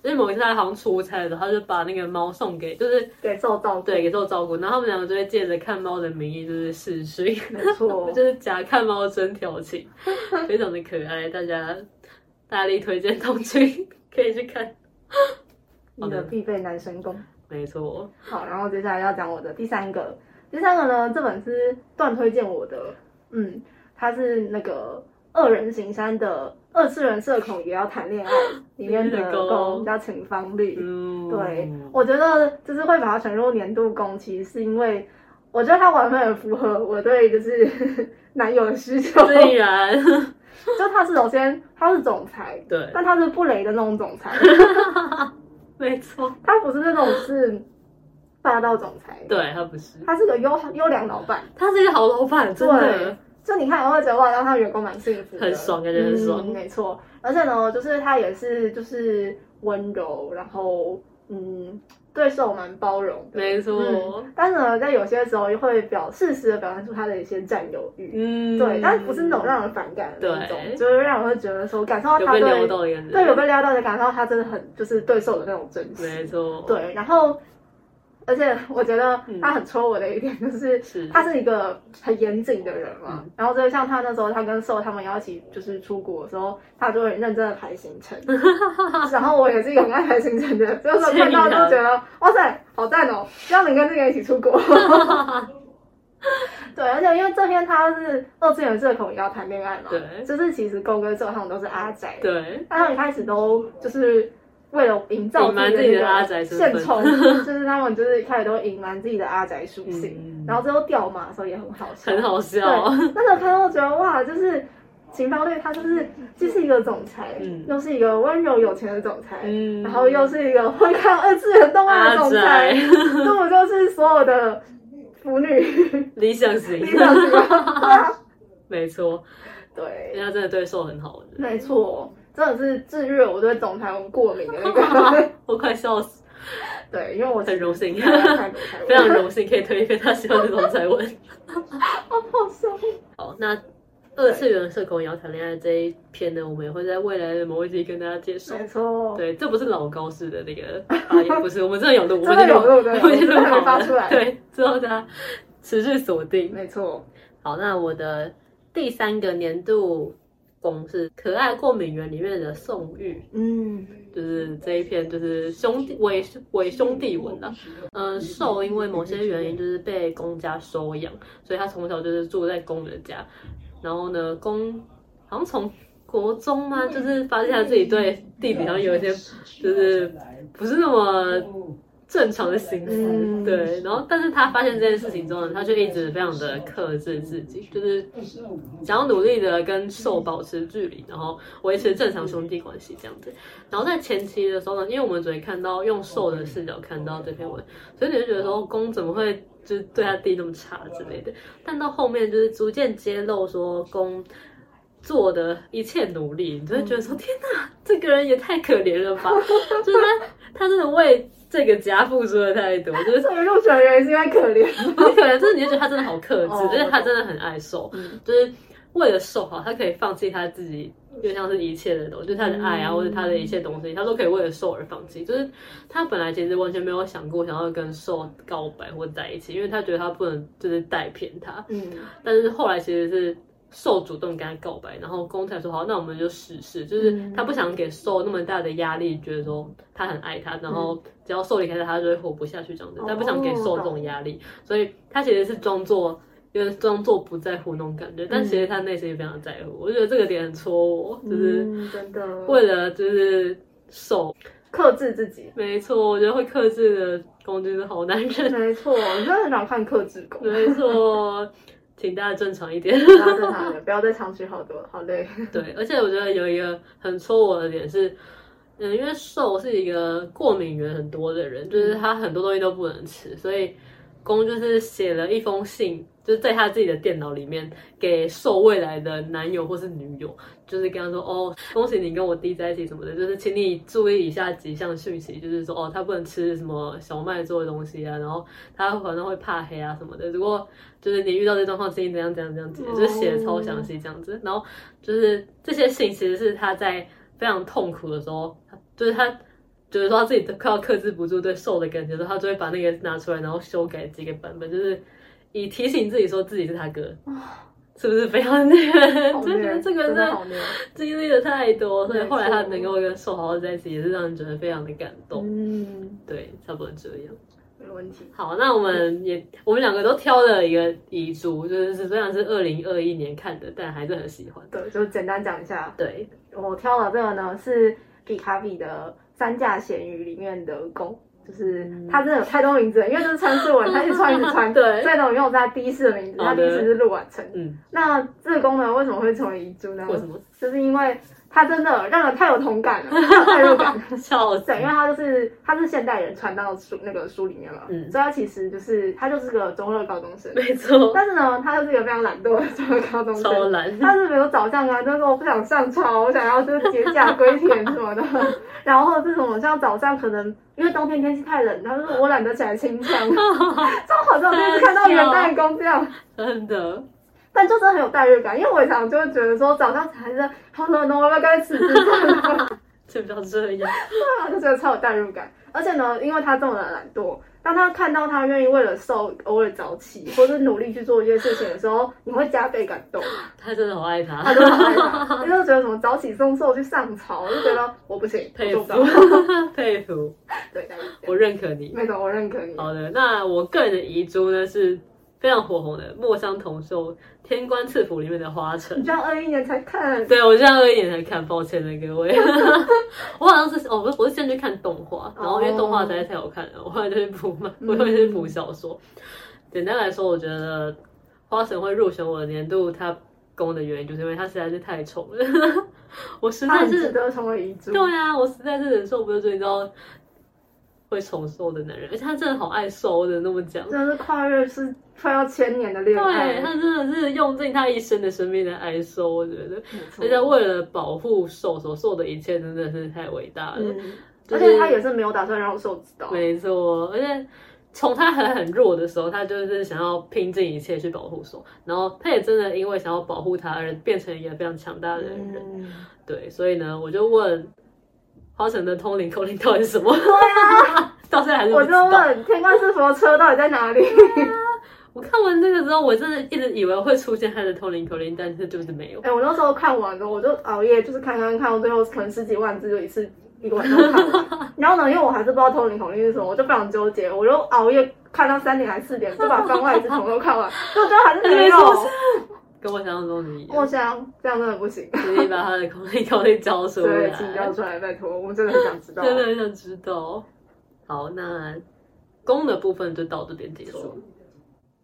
B: 因为某一次他好像出差的时候，他就把那个猫送给，就是
C: 给受照顾，
B: 对，给受照顾，然后他们两个就会借着看猫的名义就是试睡，，
C: 没错
B: 就是假看猫真调情， 非常的可爱，大家大力推荐东君 可以去看。
C: 你的必备男神功。
B: 没错，
C: 好，然后接下来要讲我的第三个，第三个呢，这本是段推荐我的，嗯，它是那个二人行山的二次元社恐也要谈恋爱里面的
B: 狗
C: 攻叫秦方丽，
B: 嗯，
C: 对，我觉得就是会把它选入年度攻，其实是因为我觉得它完美的符合我对就是 男友的需求，
B: 自然，
C: 就他是首先他是总裁，
B: 对，
C: 但他是不雷的那种总裁，
B: 没错，
C: 他不是那种是霸道总裁，
B: 对他不是，
C: 他是个优优良老板。
B: 他是一个好老板，真的
C: 对就你看，我会觉得哇，让他员工蛮幸福的，
B: 很爽，感觉很爽
C: 啊嗯，。没错。而且呢，就是他也是就是温柔，然后嗯，对手蛮包容的，
B: 没错
C: 嗯但是呢，在有些时候又会表适时的表现出他的一些占有欲，
B: 嗯，
C: 对，但是不是那种让人反感的
B: 对
C: 那种，就是让人会觉得说感受到
B: 有
C: 他
B: 被撩
C: 对
B: 到的感觉，
C: 对有被撩到的感受到他真的很就是对手的那种珍惜，
B: 没错，，
C: 对，然后。而且我觉得他很戳我的一点就是，
B: 是
C: 他是一个很严谨的人嘛，
B: 嗯
C: 然后所以像他那时候，他跟寿他们要一起就是出国的时候，他就会很认真的排行 程。然后我也是一个很爱排行程的人，所以说看到就觉得哇塞，好赞哦，希望能跟这个人一起 出国。对，而且因为这篇他是二次元社恐也要谈恋爱嘛，
B: 对
C: 就是其实公跟寿他们都是阿宅，
B: 对，
C: 他们一开始都就是为了营造
B: 隐瞒自己的阿宅身份
C: 现充， 就是他们就是一开始都隐瞒自己的阿宅属性，
B: 嗯
C: 然后最后掉马的时候也很好笑，
B: 很好笑，
C: 对，那时候看到我觉得哇，就是秦方律他就是既是一个总裁，
B: 嗯
C: 又是一个温柔有钱的总裁，
B: 嗯
C: 然后又是一个会看二次元动漫的
B: 阿
C: 总
B: 宅
C: 裁，根本就是所有的腐女
B: 理想型，
C: 理想型啊，对啊
B: 没错，
C: 对
B: 人。家真的对兽很好，我觉得
C: 没错，真的是治愈了我对总裁我过敏的 那个。
B: 我快笑死，
C: 对，因为我
B: 很荣 幸
C: 其实看过台湾
B: 非常荣幸可以推荐他喜欢的总裁文。
C: 好好笑。
B: 好，那二次元社恐也要谈恋爱这一篇呢，我们也会在未来的某一集跟大家介绍。
C: 没错，
B: 对，这不是老高式的那个发言，不是，我们真的有录，我
C: 真
B: 们
C: 的有录
B: 我
C: 对
B: 们已经录
C: 我们还
B: 好了
C: 没发出来
B: 对，之后大家持续锁定。
C: 没错，
B: 好，那我的第三个年度公是《可爱过敏源》里面的宋玉，
C: 嗯，
B: 就是这一篇就是兄弟伪伪兄弟文的、嗯，受因为某些原因就是被公家收养，所以他从小就是住在公的家。然后呢，公好像从国中嘛，就是发现他自己对弟弟好像有一些就是不是那么正常的心思，
C: 嗯
B: 对。然后，但是他发现这件事情之后呢，他就一直非常的克制自己，就是想要努力的跟兽保持距离，然后维持正常兄弟关系这样子。然后在前期的时候呢，因为我们只会看到用兽的视角看到这篇文，所以你就觉得说公怎么会就是对他弟那么差之类的。但到后面就是逐渐揭露说公做的一切努力，你就会觉得说、天哪，这个人也太可怜了吧！就是他他真的为这个家付出了太多，就是
C: 这个入选的人是因为可怜，
B: 不可能，就是你就觉得他真的好克制，
C: 哦
B: 就是他真的很爱瘦，
C: 嗯
B: 就是为了受好，他可以放弃他自己，就像是一切的东西，就是他的爱啊，
C: 嗯
B: 或者他的一切东西，他都可以为了受而放弃。就是他本来其实完全没有想过想要跟受告白或在一起，因为他觉得他不能就是带偏他。
C: 嗯，
B: 但是后来其实是受主动跟他告白，然后公才说好，那我们就试试。就是他不想给受那么大的压力，觉得说他很爱他，然后只要受离开他，他就会活不下去这样子
C: 哦。
B: 他不想给受这种压力，所以他其实是装作。有点装作不在乎那种感觉，但其实他内心也非常在乎。我觉得这个点很戳我，就是
C: 嗯真 的
B: 为了就是受，
C: 克制自己。
B: 没错，我觉得会克制的攻击是好男人，
C: 没错，我真的很少看克制狗，
B: 没错，请大家正常一点。
C: 不要再拿了，不要再长期好多了，好 累。
B: 对，而且我觉得有一个很戳我的点是，嗯，因为瘦是一个过敏源很多的人，就是他很多东西都不能吃，所以公就是写了一封信，就是在他自己的电脑里面给瘦未来的男友或是女友，就是跟他说哦，恭喜你跟我弟在一起什么的，就是请你注意以下几项讯息，就是说哦，他不能吃什么小麦做的东西啊，然后他反正会怕黑啊什么的。如果就是你遇到这状况，请你怎样怎样怎样解决，就是写的超详细这样子。然后就是这些信其实是他在非常痛苦的时候，就是他觉得说他自己都快要克制不住对瘦的感觉的时候，他就会把那个拿出来，然后修改几个版本，就是以提醒自己说自己是他哥。是不是非常虐？
C: 好
B: 就觉
C: 虐
B: 得这个真
C: 真的
B: 的
C: 好哦虐。
B: 经历的太多，所以
C: 没
B: 后来他
C: 错
B: 能够跟瘦豪在一起，也是让人觉得非常的感动。
C: 嗯，
B: 对，差不多这样。
C: 没问题。
B: 好，那我们也我们两个都挑了一个遗珠，就是虽然是二零二一年看的，但还是很喜欢。
C: 对，就简单讲一下，
B: 对，
C: 我挑了这个呢是比卡比的《三架咸鱼》里面的狗。就是他真的有太多名字了，因为这是川字文，他一直穿一直穿，
B: 对
C: 所以呢，我用他第一次的名字，
B: 好
C: 他
B: 的
C: 第一次是陆晚成。
B: 哎哦嗯，
C: 那这个功能为什么会成为遗珠呢？
B: 为什么？
C: 就是因为他真的让人太有 同感了，太有代入感。
B: 笑死！
C: 对，因为他就是他是现代人传到书那个书里面嘛，
B: 嗯
C: 所以他其实就是他就是个中二高中生，
B: 没错，
C: 但是呢，他又是一个非常懒惰的中二高中
B: 超
C: 生，
B: 懒。
C: 他是没有早上啊，就说我不想上床，我想要就是解甲归田什么的，然后这种像早上可能因为冬天天气太冷，他就说我懒得起来清香，正好像我第一次看到元旦公这样。
B: 真的，
C: 但就是很有代入感，因为我常常就会觉得说早上起来真的好冷哦，我要不要干脆辞职算了？
B: 就不要这样。
C: 他就觉得超有代入感。而且呢，因为他这么的懒惰，当他看到他愿意为了瘦偶尔早起，或是努力去做一些事情的时候，你会加倍感动。
B: 他真的好爱
C: 他
B: 他，
C: 就很爱他，他就觉得什么早起送瘦去上朝，我就觉得我不 行，
B: 佩
C: 我做
B: 服
C: 不到。
B: 佩服，
C: 对，大概是这样
B: 我认可你。
C: 没错，我认可你。
B: 好的，那我个人的遗珠呢是非常火红的《墨香铜臭《天官赐福》里面的花
C: 你
B: 城。
C: 这样二一年才 看，
B: 对，我现在二一年才看，抱歉了各位。 我好像是哦，我我是先去看动画，然后因为动画实在太好看了，我后来就去补漫，我又去补小说。简单来说，我觉得《花神》会入选我的年度它攻的原因，就是因为它实在是太丑了。 我实
C: 他
B: 在
C: 很
B: 是
C: 值得成为遗珠。
B: 对啊，我实在是忍受不住，你知道会重瘦的男人，而且他真的好爱瘦，我只能那么讲。
C: 真的是跨越是快要千年的恋爱
B: 对，他真的是用尽他一生的生命来爱瘦，我觉得，
C: 没错
B: 而且为了保护瘦所做的一切真的是太伟大了。
C: 嗯，
B: 就
C: 而
B: 是
C: 且他也是没有打算让瘦知道。
B: 没错，而且从他很很弱的时候，他就是想要拼尽一切去保护瘦，然后他也真的因为想要保护他而变成一个非常强大的人。
C: 嗯
B: 对，所以呢，我就问花城的通灵口令到底是什么？ 到现在还是不
C: 啊我
B: 知
C: 就
B: 道。
C: 问天官是佛车到底在哪里？
B: 我看完这个之后，我真的一直以为会出现他的通灵口令，但是就是没有。
C: 哎、我那时候看完了，我就熬夜，就是看看看，到最后可能十几万字就一次一个晚上看完。 然后呢，因为我还是不知道通灵口令是什么，我就非常纠结，我就熬夜看到三点还四点，就把番外一直从头看完，就最后还是没有。
B: 跟我想象中的一
C: 我
B: 样，
C: 想这样真的不行，
B: 直接把他的口令口令交出来
C: 对，，请 交出来，拜托，我们真的很想知道。
B: 啊真的很想知道。好，那攻的部分就到这边结束。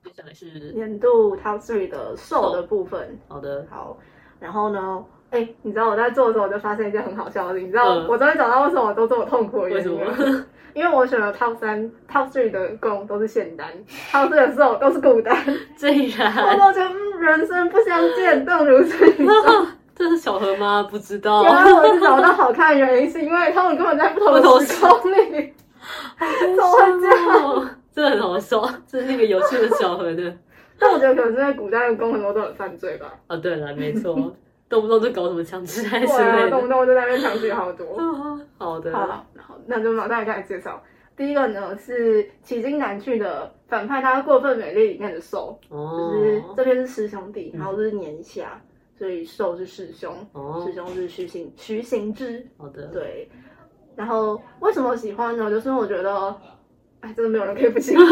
B: 接下来是
C: 年度 Top Three 的瘦的部分，
B: 好的，
C: 好，然后呢？哎、你知道我在做的时候，我就发现一件很好笑的事情，你知道、
B: 嗯
C: 我终于找到为什么我都这么痛苦的
B: 为
C: 原
B: 什
C: 因
B: 么
C: 了。？ 因为我选了 top 三、top three 的工都是现单，top three 的时候都是孤 单，
B: 竟
C: 我
B: 然，
C: 都觉得嗯人生不相见，动如此理。
B: 这是小何吗？不知道，
C: 原来我是找到好看的原因，是因为他们根本在不同的时空里。哦
B: 怎么会这样？真的很好笑，这是那个有趣的小何的。
C: 但我觉得可能是因为古代的宫很多都很犯罪吧，
B: 啊，对了，没错，动不动就搞什么枪支案
C: 对
B: 之
C: 啊，
B: 类
C: 动不
B: 的。
C: 动就在那边抢劫好多。
B: 啊好的，
C: 好了，好，那就马上开始介绍。第一个呢是迄今南去的反派，他过分美丽里面的兽，就
B: 哦
C: 是这边是师兄弟，
B: 嗯
C: 然后这是年下，所以兽是师兄，
B: 哦
C: 师，兄是徐行徐行之，
B: 好的，
C: 对。然后为什么喜欢呢？就是我觉得，哎，真的没有人可以不喜 欢。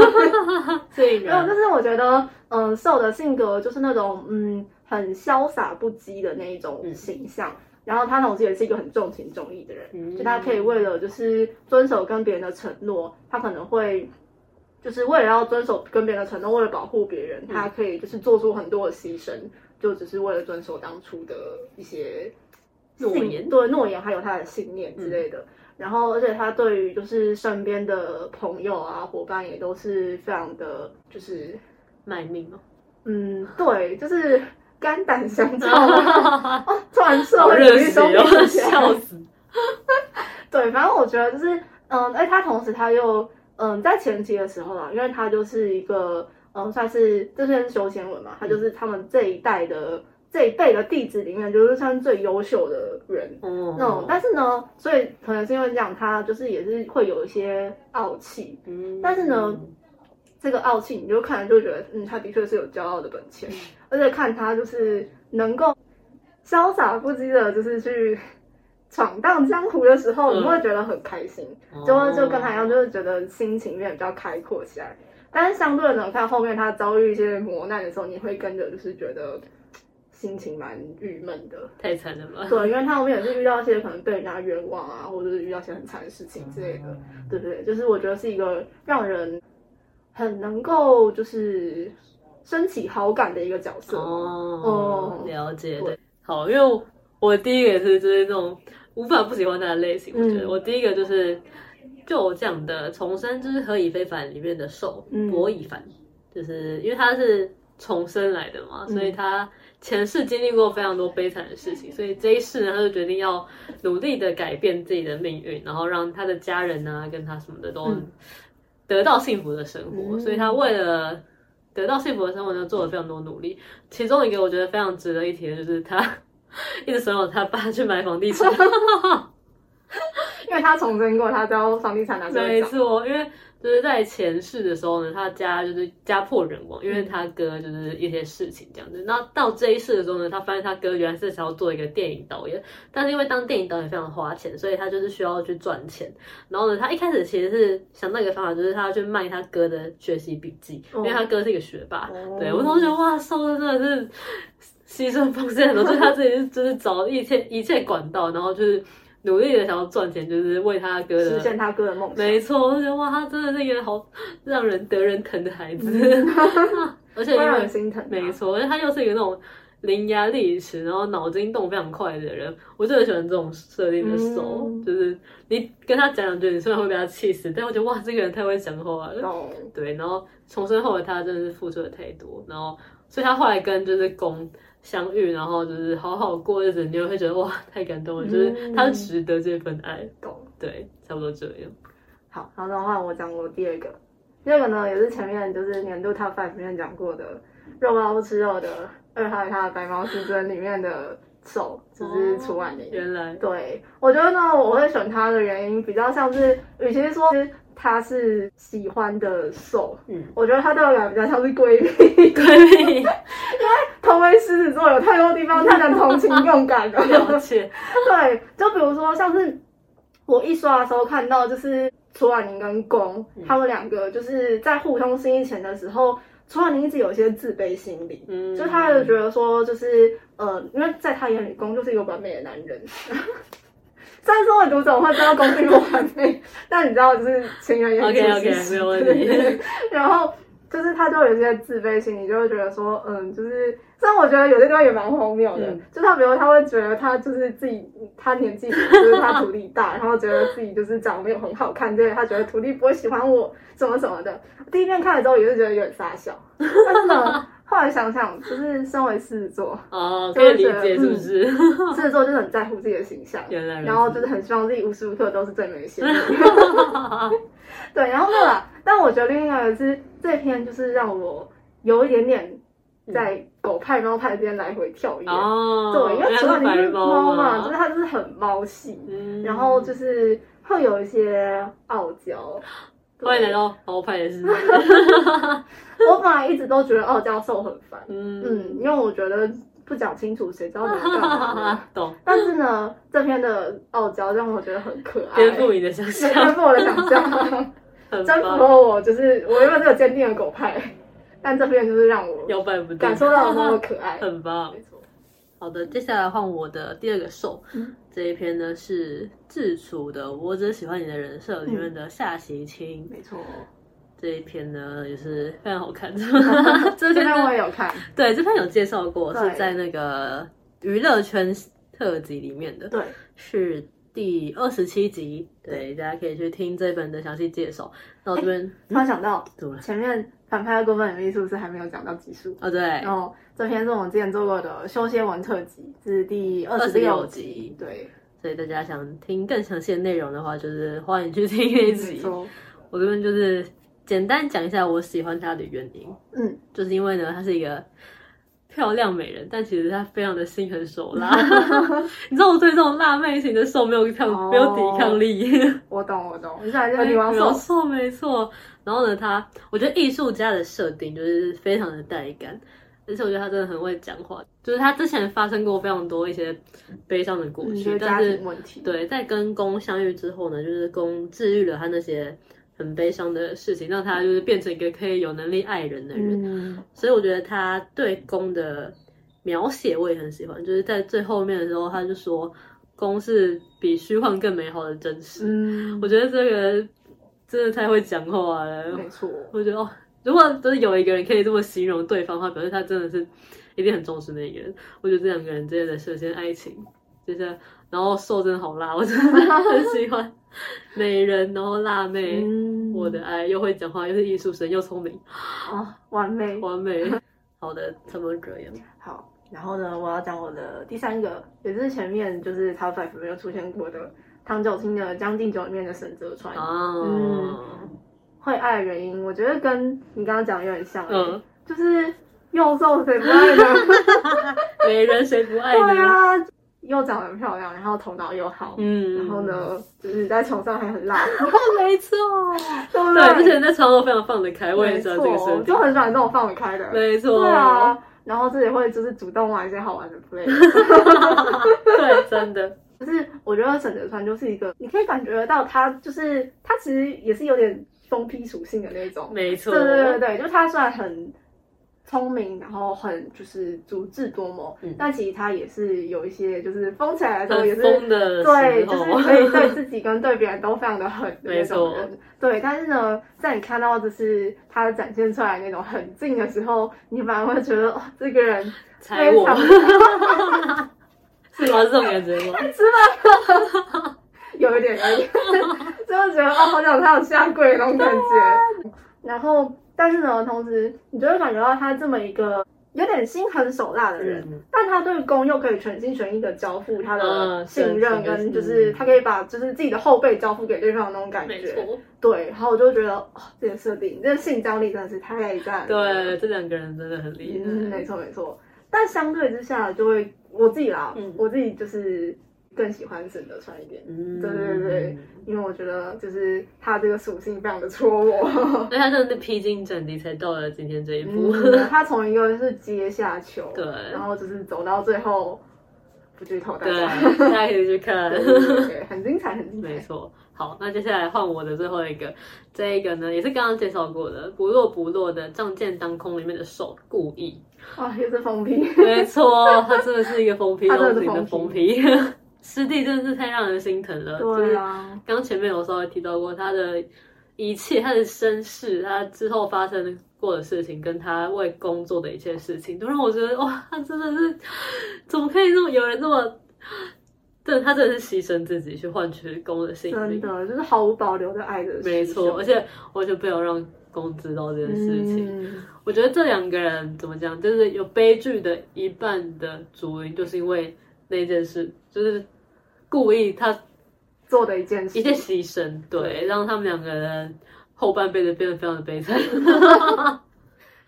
B: 这
C: 没有，就
B: 个
C: 是我觉得，嗯、瘦的性格就是那种嗯很潇洒不羁的那一种
B: 嗯
C: 形象。然后他同时也是一个很重情重义的人，
B: 嗯
C: 就他可以为了就是遵守跟别人的承诺，他可能会就是为了要遵守跟别人的承诺，为了保护别人，他
B: 嗯
C: 可以就是做出很多的牺牲，就只是为了遵守当初的一些
B: 诺
C: 信
B: 言嗯
C: 对诺言还有他的信念之类的。然后，而且他对于就是身边的朋友啊、伙伴也都是非常的，就是
B: 卖命哦，
C: 嗯，对，就是肝胆相照啊。 哦，突然社
B: 好
C: 会
B: 热
C: 主义
B: 血
C: 都
B: 哦，
C: 变起来
B: 笑死！
C: 对，反正我觉得就是，嗯，而且他同时他又，嗯，在前期的时候啊，因为他就是一个，嗯，算是这算是修仙文嘛，他就是他们这一代的这一辈的弟子里面，就是算是最优秀的人。
B: 哦，
C: 那种，但是呢，所以可能是因为这样，他就是也是会有一些傲气，
B: 嗯
C: 但是呢这个傲气，你就看了就觉得，嗯，他的确是有骄傲的本钱，而且看他就是能够潇洒不羁的，就是去闯荡江湖的时候，
B: 嗯
C: 你会觉得很开心，就会就跟他一
B: 哦
C: 样，就是觉得心情变得比较开阔起来。但是相对的呢，看后面他遭遇一些磨难的时候，你会跟着就是觉得心情蛮郁闷的。
B: 太惨了吧？
C: 对，因为他后面也是遇到一些可能被人家冤枉啊，或者是遇到一些很惨的事情之类的。
B: 嗯
C: 对不对？就是我觉得是一个让人很能够就是升起好感的一个角色。
B: 哦
C: 哦，
B: 了解，
C: 对
B: 对，好，因为我我第一个也是就是那种无法不喜欢他的类型，我觉
C: 嗯
B: 得我第一个就是就我讲的《重生之何以非凡》里面的兽
C: 嗯
B: 博以凡，就是因为他是重生来的嘛，
C: 嗯
B: 所以他前世经历过非常多悲惨的事情，所以这一世呢，他就决定要努力的改变自己的命运，然后让他的家人啊跟他什么的都
C: 嗯
B: 得到幸福的生活，
C: 嗯
B: 所以他为了。得到幸福的生活呢，做了非常多努力。其中一个我觉得非常值得一提的就是他 一直怂恿他爸去买房地产，
C: 因为他重生过，他知道房地 产哪个会
B: 没
C: 涨。
B: 错，因为就是在前世的时候呢，他家就是家破人亡，因为
C: 嗯
B: 他哥就是一些事情这样子。那到这一世的时候呢，他发现他哥原来是想要做一个电影导演，但是因为当电影导演非常花钱，所以他就是需要去赚钱。然后呢，他一开始其实是想到一个方法，就是他要去卖他哥的学习笔记，
C: 哦
B: 因为他哥是一个学霸。
C: 哦
B: 对我同学哇，收的真的是牺牲奉献很多，就是他自己是就是找一切一切管道，然后就是努力的想要赚钱，就是为他哥的
C: 实现他哥的梦想。
B: 没错，我就觉得哇，他真的是一个好让人得人疼的孩子，
C: 嗯
B: 而且
C: 会
B: 因
C: 让
B: 为
C: 人心疼啊。
B: 没错，而且他又是一个那种伶牙俐齿，然后脑筋动非常快的人，我就很喜欢这种设定的手，
C: 嗯
B: 就是你跟他讲两句，你虽然会被他气死，但我觉得哇，这个人太会讲话了。
C: 懂。
B: 对，然后重生后的他真的是付出了太多，然后所以他后来跟就是公相遇，然后就是好好过日子，你就会觉得哇，太感动了，就是他
C: 嗯
B: 值得这份爱。
C: 懂
B: 对，差不多这样。
C: 好，然后的话我讲我第二个，第二个呢也是前面就是年度 Top Five 里面讲过的肉包不吃肉的二号他的白毛师尊里面的手，就是楚婉玲。
B: 哦原来
C: 对，我觉得呢，我会选他的原因比较像是，与其说是他是喜欢的受，
B: 嗯
C: 我觉得他对我来讲比较像是闺蜜。
B: 闺蜜
C: 同为狮子座，有太多地方太能同情共感了。
B: 了解，
C: 对，就比如说像是我一刷的时候看到，就是楚婉宁跟宫、他们两个就是在互通心意前的时候，楚婉宁一直有一些自卑心理。
B: 嗯，
C: 就他就觉得说，就是呃，因为在他眼里，公就是一个完美的男人。虽然说我读者会知道公并不完美，但你知道，就是情人眼
B: OK
C: 里
B: OK 没有问题，
C: 然后就是他就有一些自卑心理，就会觉得说，嗯，就是虽然我觉得有些地方也蛮荒谬的，
B: 嗯
C: 就他比如他会觉得他就是自己他年纪就是他徒弟大，然后觉得自己就是长得没有很好看，对他觉得徒弟不会喜欢我什么什么的。第一遍看了之后也是觉得有点傻笑，但是呢，后来想想，就是身为狮子座，
B: 哦，
C: 就
B: 可
C: 是
B: 以理
C: 觉得
B: 解是不是？
C: 狮子座就是很在乎自己的形象，
B: 原来如此
C: 然后就是很希望自己无时无刻都是最美的 仙女。对，然后那个，但我觉得另一个是这篇就是让我有一点点在狗派猫派之间来回跳跃。
B: 嗯哦，
C: 嗯对，因为
B: 原
C: 除了
B: 来
C: 你是
B: 白
C: 猫嘛，就是
B: 嘛，
C: 它就是很猫系，
B: 嗯
C: 然后就是会有一些傲 娇。对
B: 欢迎来到猫派也是，
C: 我本来一直都觉得傲娇兽很烦，嗯，
B: 嗯
C: 因为我觉得不讲清楚谁知道你要干嘛呢？
B: 嗯， 懂，
C: 但是呢，这篇的傲娇让我觉得很可爱，
B: 颠覆你的想
C: 对颠
B: 象，
C: 覆我的想象，
B: 很
C: 征服
B: 棒，
C: 了我。就是我原本是有坚定的狗派，但这篇就是让我
B: 摇摆不定，
C: 感受到猫的可爱。
B: 很棒
C: 没。错，
B: 好的，接下来换我的第二个受，
C: 嗯
B: 这一篇呢是智楚的《我只喜欢你的人设》里面的夏习清、
C: 没错，
B: 这一篇呢也是非常好看。这
C: 这
B: 篇
C: 篇
B: 呢
C: 我也有看，
B: 对这篇有介绍过，
C: 对
B: 是在那个娱乐圈特辑里面的，
C: 对，
B: 是第二十七集。对，大家可以去听这本的详细介绍。那我这边、
C: 突然想到
B: 怎么了？
C: 前面反派的过分与艺术是还没有讲到集数。
B: 哦，对，
C: 然后这篇是我们之前做过的修仙文特辑，这是第二十
B: 26
C: 六
B: 集
C: 集，对，
B: 所以大家想听更详细的内容的话，就是欢迎去听那一
C: 没
B: 集。
C: 错
B: 我这边就是简单讲一下我喜欢她的原因，
C: 嗯，
B: 就是因为呢，她是一个漂亮美人，但其实她非常的心狠手 辣。你知道我对这种辣妹型的瘦没有抗、
C: 哦
B: 没有抵抗力，
C: 我懂我懂，你想就是女王
B: 哎没
C: 兽，
B: 错没错。然后呢，她我觉得艺术家的设定就是非常的带感。而且我觉得她真的很会讲话，就是她之前发生过非常多一些悲伤的过
C: 你
B: 去，
C: 觉得
B: 但
C: 嗯家
B: 是
C: 庭问题，，
B: 对，在跟公相遇之后呢，就是公治愈了他那些很悲伤的事情，让他就是变成一个可以有能力爱人的人。
C: 嗯，
B: 所以我觉得他对公的描写我也很喜欢，就是在最后面的时候，他就说公是比虚幻更美好的真实。
C: 嗯
B: 我，觉得这个真的太会讲话了
C: 没，错，
B: 我觉得哦。如果就是有一个人可以这么形容对方的话，表示他真的是一定很重视那个人。我觉得这两个人之间的射线爱情，就是然后瘦真的好辣，我真的很喜欢美人，然后辣妹，
C: 嗯
B: 我的爱又会讲话，又是艺术生，又聪明，
C: 哦，完美，
B: 完 美。好的，差不多这样。
C: 好，然后呢，我要讲我的第三个，也是前面就是 Top Five 没有出现过的唐九卿的《将进酒》里面的沈泽川，
B: 哦，
C: 嗯会爱的原因，我觉得跟你刚刚讲的有点像，欸
B: 嗯，
C: 就是幼兽谁不爱呢？
B: 美人谁不 爱
C: 对
B: 你？
C: 啊，又长得很漂亮，然后头脑又好，
B: 嗯，
C: 然后？呢，就是在床上还很辣，
B: 没错，
C: 对不
B: 对，
C: 对？
B: 之前在床头非常放得开，我也
C: 没
B: 知道这个
C: 错，
B: 设
C: 我就
B: 定。
C: 很喜欢这种放得开的，
B: 没错，
C: 对啊。然后自己会就是主动玩一些好玩的 play，
B: 对，真的，
C: 就是我觉得沈泽川就是一个，你可以感觉得到他就是他其实也是有点疯批属性的那种，
B: 没错，
C: 对对对对，就他虽然很聪明，然后很就是足智多谋，
B: 嗯
C: 但其实他也是有一些就是疯起来的时候也
B: 很
C: 是
B: 疯的
C: 对，
B: 时
C: 就
B: 候，
C: 是可以对自己跟对别人都非常的狠的
B: 没
C: 那种
B: 错
C: 人。对，但是呢，在你看到就是他展现出来那种很劲的时候，你反而会觉得哦，这个人
B: 踩
C: 非
B: 我
C: 常，
B: 是 吗？是这种感觉吗？
C: 有一点有一点， 就是觉得哦，好想他有下跪的那种感
B: 啊
C: 觉。然后，但是呢，同时你就会感觉到他这么一个有点心狠手辣的人，
B: 嗯
C: 但他对公又可以全心全意的交付他的
B: 嗯
C: 信任，
B: 是是
C: 跟
B: 是
C: 就是他可以把就是自己的后背交付 给对方的那种感
B: 没
C: 觉。
B: 错，
C: 对，然后我就觉得哦，这个设定，这个性张力真的是太赞了。
B: 对，，这两个人真的很厉害，
C: 嗯，没错没错。但相对之下，就会我自己啦，
B: 嗯
C: 我自己就是更喜欢沈德川一点，
B: 嗯
C: 对对对，因为我觉得就是他这个属性非常的 戳我。
B: 所以他真的是披荆斩棘才到了今天这一步，
C: 嗯他从一个是接下球，
B: 对
C: 然后就是走到最后，不剧透大
B: 对，
C: 家，
B: 大家可以去看。
C: 对对对对，很精彩，很 精
B: 没
C: 彩。
B: 错，好，那接下来换我的最后一个，这一个呢也是刚刚介绍过的《不落不落》的《仗剑当空》里面的手故意，
C: 啊，又是封闭，
B: 没错，他真的是一个疯批，
C: 他真的
B: 到
C: 是
B: 底的
C: 疯
B: 疯批， 师弟真的是太让人心疼了，就是
C: 对啊，
B: 刚前面有稍微提到过他的一切，他的身世，他之后发生过的事情，跟他为工作的一切事情，都让我觉得哇，他真的是怎么可以这么有人这么，对他真的是牺牲自己去换取公的性
C: 真
B: 命，
C: 的就是毫无保留的爱的，
B: 没错，而且完全不有让公知道这件事情。
C: 嗯、
B: 我觉得这两个人怎么讲，就是有悲剧的一半的主因，就是因为那件事，就是故意他
C: 做的一件事，
B: 一些牺牲，对，让他们两个人后半辈子变得非常的悲惨。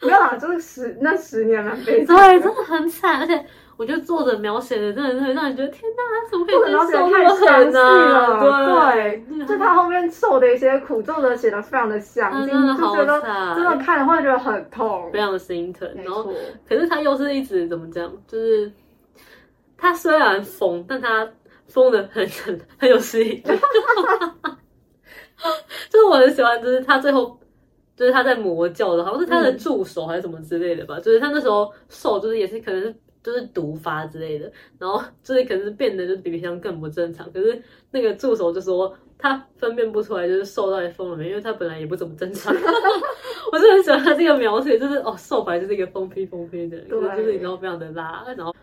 C: 没有啦，就是十那十年蛮悲惨
B: 对，
C: 的，
B: 真的很惨，而且我觉得作者描写的真的是让你觉得天哪，怎么可以
C: 作者描写
B: 受那
C: 得太
B: 么
C: 详
B: 狠
C: 细
B: 呢？
C: 了，
B: 对，
C: 对，就他后面受的一些苦，作者写的非常的详
B: 嗯
C: 尽，
B: 真的
C: 就
B: 好
C: 觉得
B: 惨
C: 真的看了会觉得很痛
B: 非。常心疼。
C: 没
B: 然后
C: 错，，
B: 可是他又是一直怎么讲，就是他虽然疯，但他疯的很很很有吸引力。 就是我很喜欢，就是他最后。就是他在魔教的，好像是他的助手还是什么之类的吧。就是他那时候受，就是也是可能是就是毒发之类的，然后就是可能是变得就是比平常更不正常。可是那个助手就说他分辨不出来就是受到底疯了没，因为他本来也不怎么正常。 我就很喜欢他这个描写，就是哦，瘦白就是一个疯批疯批的人，
C: 对
B: 可是就是你知道非常的辣，然后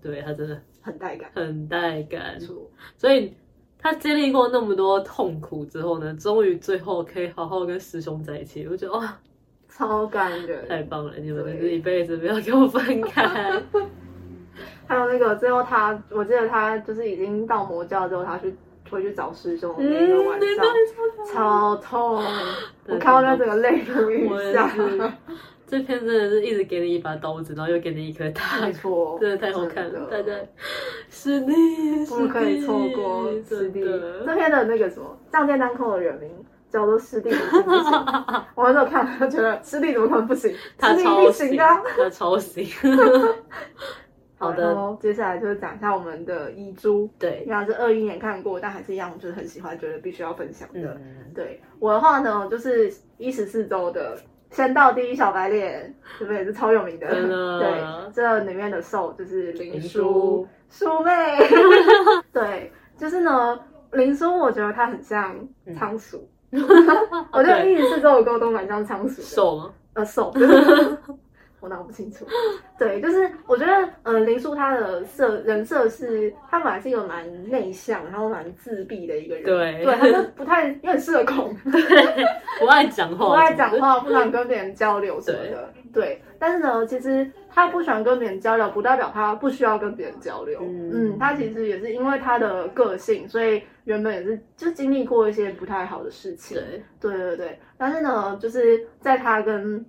B: 对他真的
C: 很带感。
B: 很带感
C: 没，错，
B: 所以他经历过那么多痛苦之后呢，终于最后可以好好跟师兄在一起，我觉得哇，
C: 超感人。
B: 太棒了！你们
C: 对
B: 就是一辈子不要给我分 开，
C: 还有那个最后他，我记得他就是已经到魔教之后，他去回去找师兄的那个晚
B: 对
C: 上，超痛，我看到他整个泪如雨
B: 我也
C: 下。
B: 是。这篇真的是一直给你一把刀子，然后又给你一颗
C: 没
B: 蛋，
C: 错，
B: 真的太好看了！
C: 真
B: 大
C: 的
B: 家是你，
C: 不可以错过 师
B: 真
C: 弟。
B: 的
C: 这篇的那个什么藏剑单扣的人名叫做师弟，不行不 行我那时候看，我觉得师弟怎么可能不行？
B: 他
C: 师弟一
B: 超
C: 定
B: 行
C: 行的啊。
B: 他超行。好
C: 然
B: 的，
C: 后接下来就是讲一下我们的遗珠，
B: 对，
C: 然后是二一年看过，但还是一样，就是很喜欢，觉得必须要分享的。
B: 嗯，
C: 对我的话呢，就是一十四周的《仙道第一小白脸》，对不对？也是超有名的。
B: 真的
C: 对，这里面的兽就是林
B: 林
C: 叔
B: 叔
C: 叔妹。对，就是呢，林叔，我觉得他很像仓鼠。我觉得
B: 对
C: 一十四周的沟通蛮像仓鼠的。
B: 瘦吗？
C: 呃手，我脑不清楚。对，就是我觉得，呃，林叔他的设人设是，他本来是一个蛮内向，然后蛮自闭的一个人，
B: 对
C: 对，他就不太，因为很社恐，
B: 不爱讲话，
C: 不爱讲话，不想跟别人交流什么的，哦对。但是呢，其实他不喜欢跟别人交流，不代表他不需要跟别人交流。
B: 嗯
C: 嗯他其实也是因为他的个性，所以原本也是就经历过一些不太好的事情。
B: 对，
C: 对对对。但是呢，就是在他跟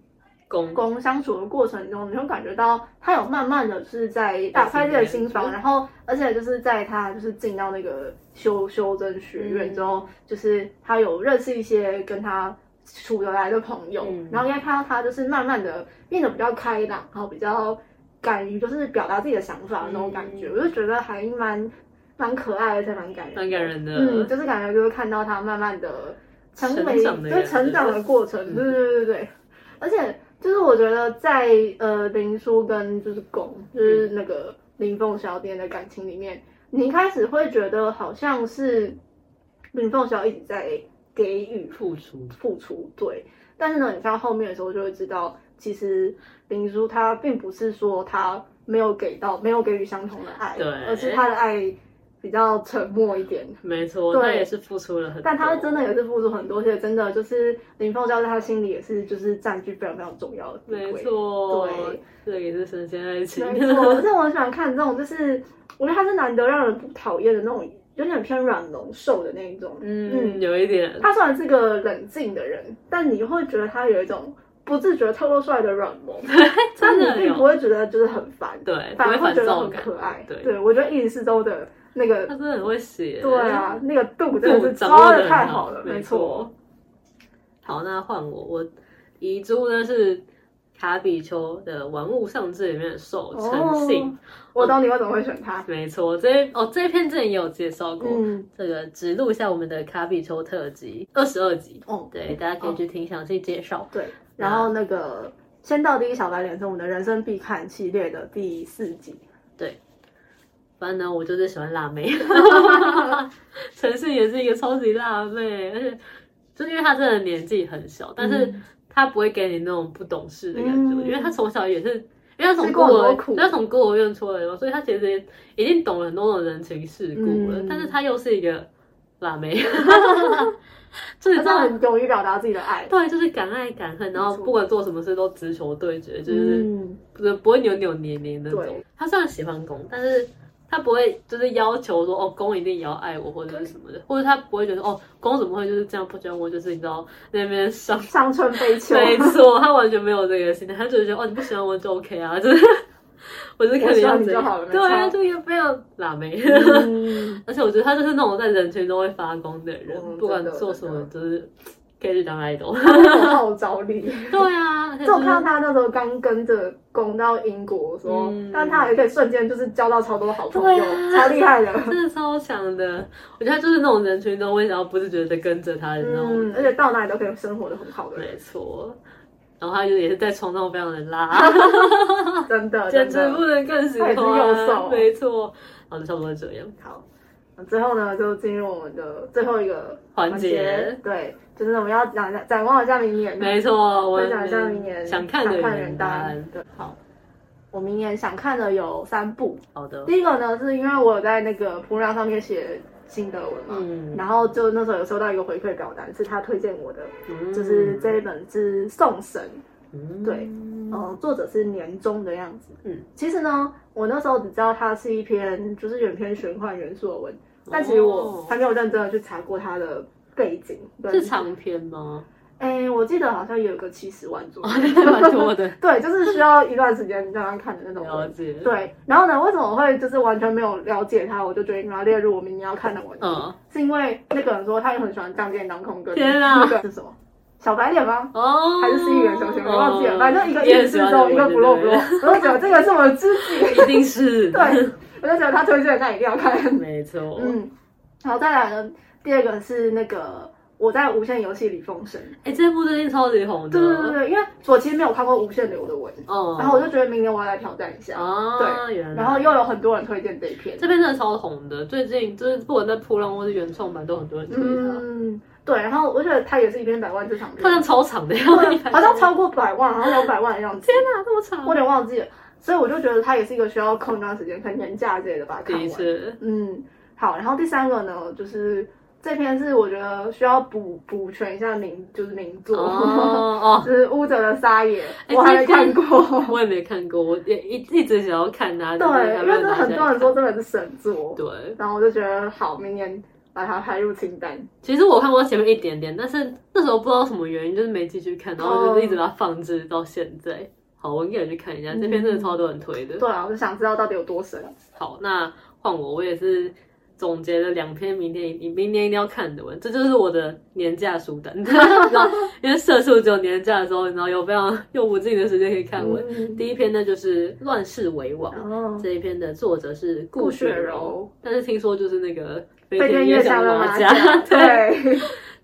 B: 公
C: 公相处的过程中，你会感觉到他有慢慢的是在打开自己的心
B: 嗯
C: 房，然后而且就是在他就是进到那个修修真学
B: 嗯
C: 院之后，就是他有认识一些跟他处得来的朋友，
B: 嗯
C: 然后应该看到他就是慢慢的变得比较开朗，然后比较敢于就是表达自己的想法的那种感觉，
B: 嗯
C: 我就觉得还蛮蛮可爱，而且蛮感人的，
B: 蛮感人的，
C: 嗯，就是感觉就是看到他慢慢的成为，
B: 成长的
C: 就是
B: 样子
C: 成长的过程，
B: 嗯
C: 对对对对对，而且就是我觉得在呃林叔跟就是巩，就是
B: 嗯
C: 那个林凤小店的感情里面，你一开始会觉得好像是林凤小一直在给予
B: 付出，
C: 付出，对，但是呢，你看到后面的时候就会知道，其实林叔他并不是说他没有给到，没有给予相同的爱，
B: 对
C: 而是他的爱比较沉默一点。
B: 没错，
C: 对
B: 他也是付出了很多，
C: 但他真的也是付出很多，而且真的就是林凤娇在他心里也是就是占据非常非常重要的地位。
B: 没错，
C: 对，
B: 这个也是神仙爱情，
C: 没错，而且我很喜欢看这种，就是我觉得他是难得让人不讨厌的那种，有点偏软龙瘦的那一种。
B: 嗯，有一点，
C: 他虽然是个冷静的人，但你会觉得他有一种不自觉透露出来的软 萌，但
B: 真
C: 你
B: 的
C: 并不
B: 有，
C: 会觉得就是很烦，
B: 对，不
C: 反而
B: 会
C: 会
B: 烦
C: 觉得
B: 躁
C: 很
B: 感，
C: 可爱。
B: 对
C: 我觉得一四周的那个
B: 他真的很会写，
C: 对啊，，那个度真
B: 度
C: 的是
B: 掌握
C: 抓
B: 的
C: 的太好了，
B: 没
C: 没错。。
B: 好，那换我，我遗珠呢是卡比丘的《玩物丧志》里面的兽诚
C: 哦
B: 信，
C: 我懂你为什么会选他。
B: 没错，这一哦这一篇之前也有介绍过，
C: 嗯，
B: 这个只录一下我们的卡比丘特辑二十二集，
C: 哦，
B: 对，大家可以去听详细介绍。
C: 对。然后那个《先到第一小白脸》是我们的人生必看系列的第四集。
B: 嗯反正呢，我就是喜欢辣 妹， 陈信也是一个超级辣妹，而且就是因为她真的年纪很小，但是
C: 嗯
B: 她不会给你那种不懂事的感觉，
C: 嗯
B: 因为她从小也是，因为她从
C: 吃过
B: 孤
C: 很
B: 儿
C: 多苦，
B: 她从孤儿院出来的嘛，所以她其实已经懂了很多种人情世故了，
C: 嗯
B: 但是她又是一个辣妹， 就是
C: 他真
B: 真
C: 的
B: 的。
C: 很勇于表达自己的爱，
B: 对，就是敢爱敢恨，然后不管做什么事都直球对决，就是
C: 嗯，
B: 不是不会扭扭捏捏那种
C: 对。
B: 他虽然喜欢攻，但是他不会就是要求说哦，公一定也要爱我或者是什么的，或者他不会觉得哦，公怎么会就是这样不喜欢我，就是你知道那边上。
C: 上春悲秋，
B: 没错，他完全没有这个心态，他就觉得哦，你不喜欢我就 OK 啊， 就是我就是看
C: 我喜欢
B: 样
C: 你
B: 子
C: 就好了没
B: 对啊，
C: 差
B: 就也没有辣妹。
C: 嗯
B: 而且我觉得他就是那种在人群中会发光的人，
C: 嗯
B: 不管
C: 真的
B: 做什么，
C: 真
B: 就是可以去当 idol。
C: 很好找 你。
B: 对啊，
C: 就我看
B: 他
C: 到他那时候刚跟着攻到英国的时候，
B: 嗯
C: 但他也可以瞬间就是交到超多好朋友，
B: 对啊
C: 超厉害的。
B: 真的超强的，我觉得他就是那种人群中会想要不自觉的跟着他的哦那种。
C: 嗯，而且到哪里都可以生活的很好的
B: 没
C: 人，
B: 错，然后他就也是在床上非常的拉，
C: 真的，
B: 简
C: 真
B: 直
C: 的。
B: 不能更喜
C: 他也
B: 欢。
C: 是右手
B: 没错，然后就差不多这样。
C: 好，最后呢，就进入我们的最后一个
B: 环
C: 环
B: 节
C: 节，对，就是我们要展展望一下明年，
B: 没错，我
C: 分享一下明年
B: 想看的
C: 想看
B: 人
C: 人单
B: 单。。
C: 对，
B: 好，
C: 我明年想看的有三部，
B: 好的，
C: 第一个呢，是因为我有在那个普朗上面写心得文嘛，
B: 嗯
C: 然后就那时候有收到一个回馈表单，是他推荐我的，
B: 嗯
C: 就是这一本是《送神》，
B: 嗯
C: 对呃，作者是年终的样子。
B: 嗯，
C: 其实呢，我那时候只知道它是一篇就是远篇玄幻元素的文，但其实我
B: 哦
C: 还没有认真的去查过它的背景。对
B: 是长篇吗？
C: 哎、我记得好像有个七十万
B: 哦
C: 左右，
B: 蛮多的，
C: 对，就是需要一段时间让他看的那种
B: 了
C: 文。
B: 解。，
C: 对，然后呢，为什么我会就是完全没有了解它，我就决定把它列入我明年要看的文，
B: 嗯，
C: 是因为那个人说他也很喜欢《仗剑当空》跟
B: 天啊
C: 那个是什么小白脸吗？
B: 哦，
C: 还是西元小学，我忘记了，
B: 哦
C: 反正一个
B: 也很
C: 一直
B: 喜欢
C: 中，
B: 这个
C: 一个
B: 文
C: 不落
B: 对
C: 不
B: 不
C: 落，我就觉得这个是我的知 己，
B: 一定 是，
C: 对，我就觉得他推荐的那一定要看，
B: 没错。
C: 嗯，然后再来呢，第二个是那个我在《无限游戏》里封神，
B: 哎，这部最近超级红的，
C: 对对对对，因为我其实没有看过《无限流》的文，
B: 哦，
C: 然后我就觉得明年我要来挑战一下，
B: 啊，原来，
C: 然后又有很多人推荐这一篇，
B: 这边真的超红的，最近就是不管在扑浪或是原创版，都很多人推它，
C: 嗯，对，然后我觉得它也是一篇百万市场
B: 好像
C: 片，
B: 超长的样
C: 对啊
B: 子，
C: 好像超过百万，好像两百万的样子，
B: 天哪，这么长，
C: 我有点忘记了，所以我就觉得它也是一个需要空一段时间，可能年假之类的把它看
B: 的
C: 完。
B: 确，
C: 嗯，好，然后第三个呢，就是这篇是我觉得需要补补全一下名，就是名作，
B: 哦
C: 就是乌泽的撒野，
B: 哎
C: 我还没看
B: 哦，
C: 过。
B: 我也没看过，我也一一直想要看它，
C: 对，因为
B: 真
C: 真的很多人说，真的是神作，
B: 对，
C: 然后我就觉得好，明年把它排入清单。
B: 其实我看过前面一点点，但是那时候不知道什么原因，就是没继续看，然后就是一
C: 哦
B: 直把它放置到现在。好，我应该也去看一下，这篇真的超多人推的。
C: 嗯对啊，我就想知道到底有多神。啊
B: 好，那换我，我也是总结了两篇明天一定明天一定要看的文，这就是我的年假书单。 然后因为社畜只有年假的时候，然后有非常用无尽的时间可以看文。
C: 嗯
B: 第一篇呢就是《乱世为王》，
C: 哦，
B: 这一篇的作者是
C: 顾
B: 顾
C: 雪
B: 雪
C: 柔
B: 柔，但是听说就是那个飞
C: 被
B: 天
C: 天
B: 夜
C: 月
B: 想
C: 下的
B: 马
C: 马
B: 甲， 对，
C: 对，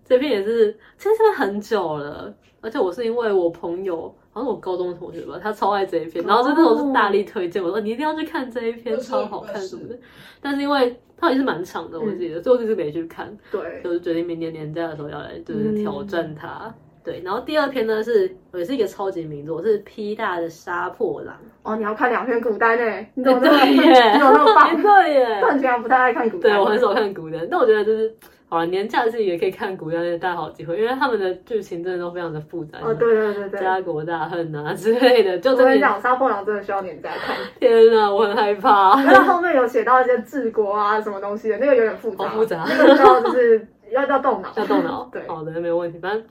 B: 这篇也是其实这篇很久了，而且我是因为我朋友。好像我高中同学吧，他超爱这一篇，然后就那种是大力推荐，我说你一定要去看这一篇，
D: 我是
B: 超好看什么的。但是因为它也是蛮长的，我记得，所以我就是没去看，
C: 对，
B: 就是决定明年年假的时候要来，就是挑战它。对，然后第二篇呢是也是一个超级名作，是 P 大的《杀破狼》。
C: 哦，你要看两篇古代呢？你怎么那么、
B: 哎对耶 哎
C: 你怎么 那么棒？
B: 对耶
C: 但你平常不太爱看古代，
B: 对我很少看古典，但我觉得就是好了，年假是一个可以看古典的大好机会，因为他们的剧情真的都非常的复杂，
C: 哦，对对对对，
B: 家国大恨啊之类的，就
C: 我跟
B: 真
C: 你
B: 的
C: 讲，杀破狼真的需要年再看，
B: 天啊，我很害怕，
C: 因为后面有写到一些治国啊什么东西的，那个有点复
B: 好
C: 杂，
B: 复杂，
C: 那个需要就是要 要动脑，
B: 要动脑。
C: 对
B: 好的，没有问题，反正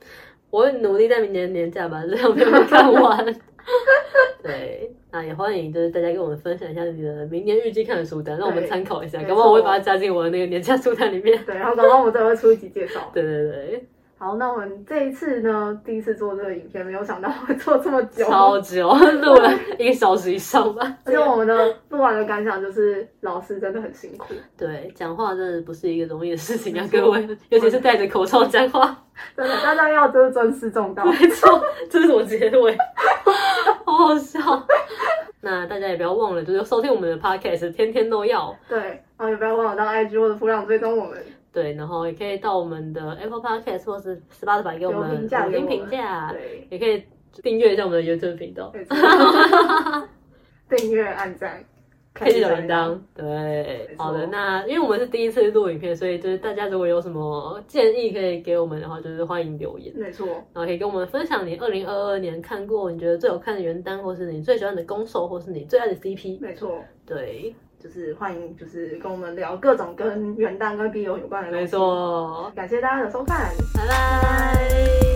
B: 我会努力在明年年假把这两篇看完。 对，那也欢迎就是大家跟我们分享一下你的明年预计看的书单，让我们
C: 对
B: 参考一下，
C: 没
B: 搞不好我会
C: 错
B: 把它加进我的那个年假书单里面。
C: 对，然后搞不好我们真的会出一集介绍。
B: 对对对。
C: 好，那我们这一次呢，第一次做这个影片，没有想到会做这么久，
B: 超 久，录了一个小时以上吧。
C: 而且我们的录完的感想就是，老师真的很辛苦，
B: 对，讲话真的不是一个容易的事情啊
C: 没，错
B: 各位，尤其是戴着口罩讲话。
C: 真的，大家要就是尊师重道。
B: 没错，这是我结尾， 好好笑。那大家也不要忘了，就是收听我们的 podcast，天天都要。
C: 对，然后也不要忘了到 IG 或者普朗追踪我们。
B: 对，然后也可以到我们的 Apple Podcast 或是 Spotify 给我们
C: 留评价
B: 五
C: 给我
B: 星
C: 们
B: 评价，
C: 对，
B: 也可以订阅一下我们的 YouTube 频道，
C: 没错订阅、按赞、
B: 开
C: 开
B: 启小铃铛。。对，
C: 错
B: 好的，那因为我们是第一次录影片，所以就是大家如果有什么建议可以给我们的话，就是欢迎留言，
C: 没错。
B: 然后可以跟我们分享你二零二二年看过你觉得最好看的原单，或是你最喜欢的攻受，或是你最爱的 CP。
C: 没错，
B: 对，
C: 就是欢迎就是跟我们聊各种跟元旦跟 B 友有关的东
B: 没
C: 西。
B: 错，
C: 感谢大家的收看。
B: 拜拜。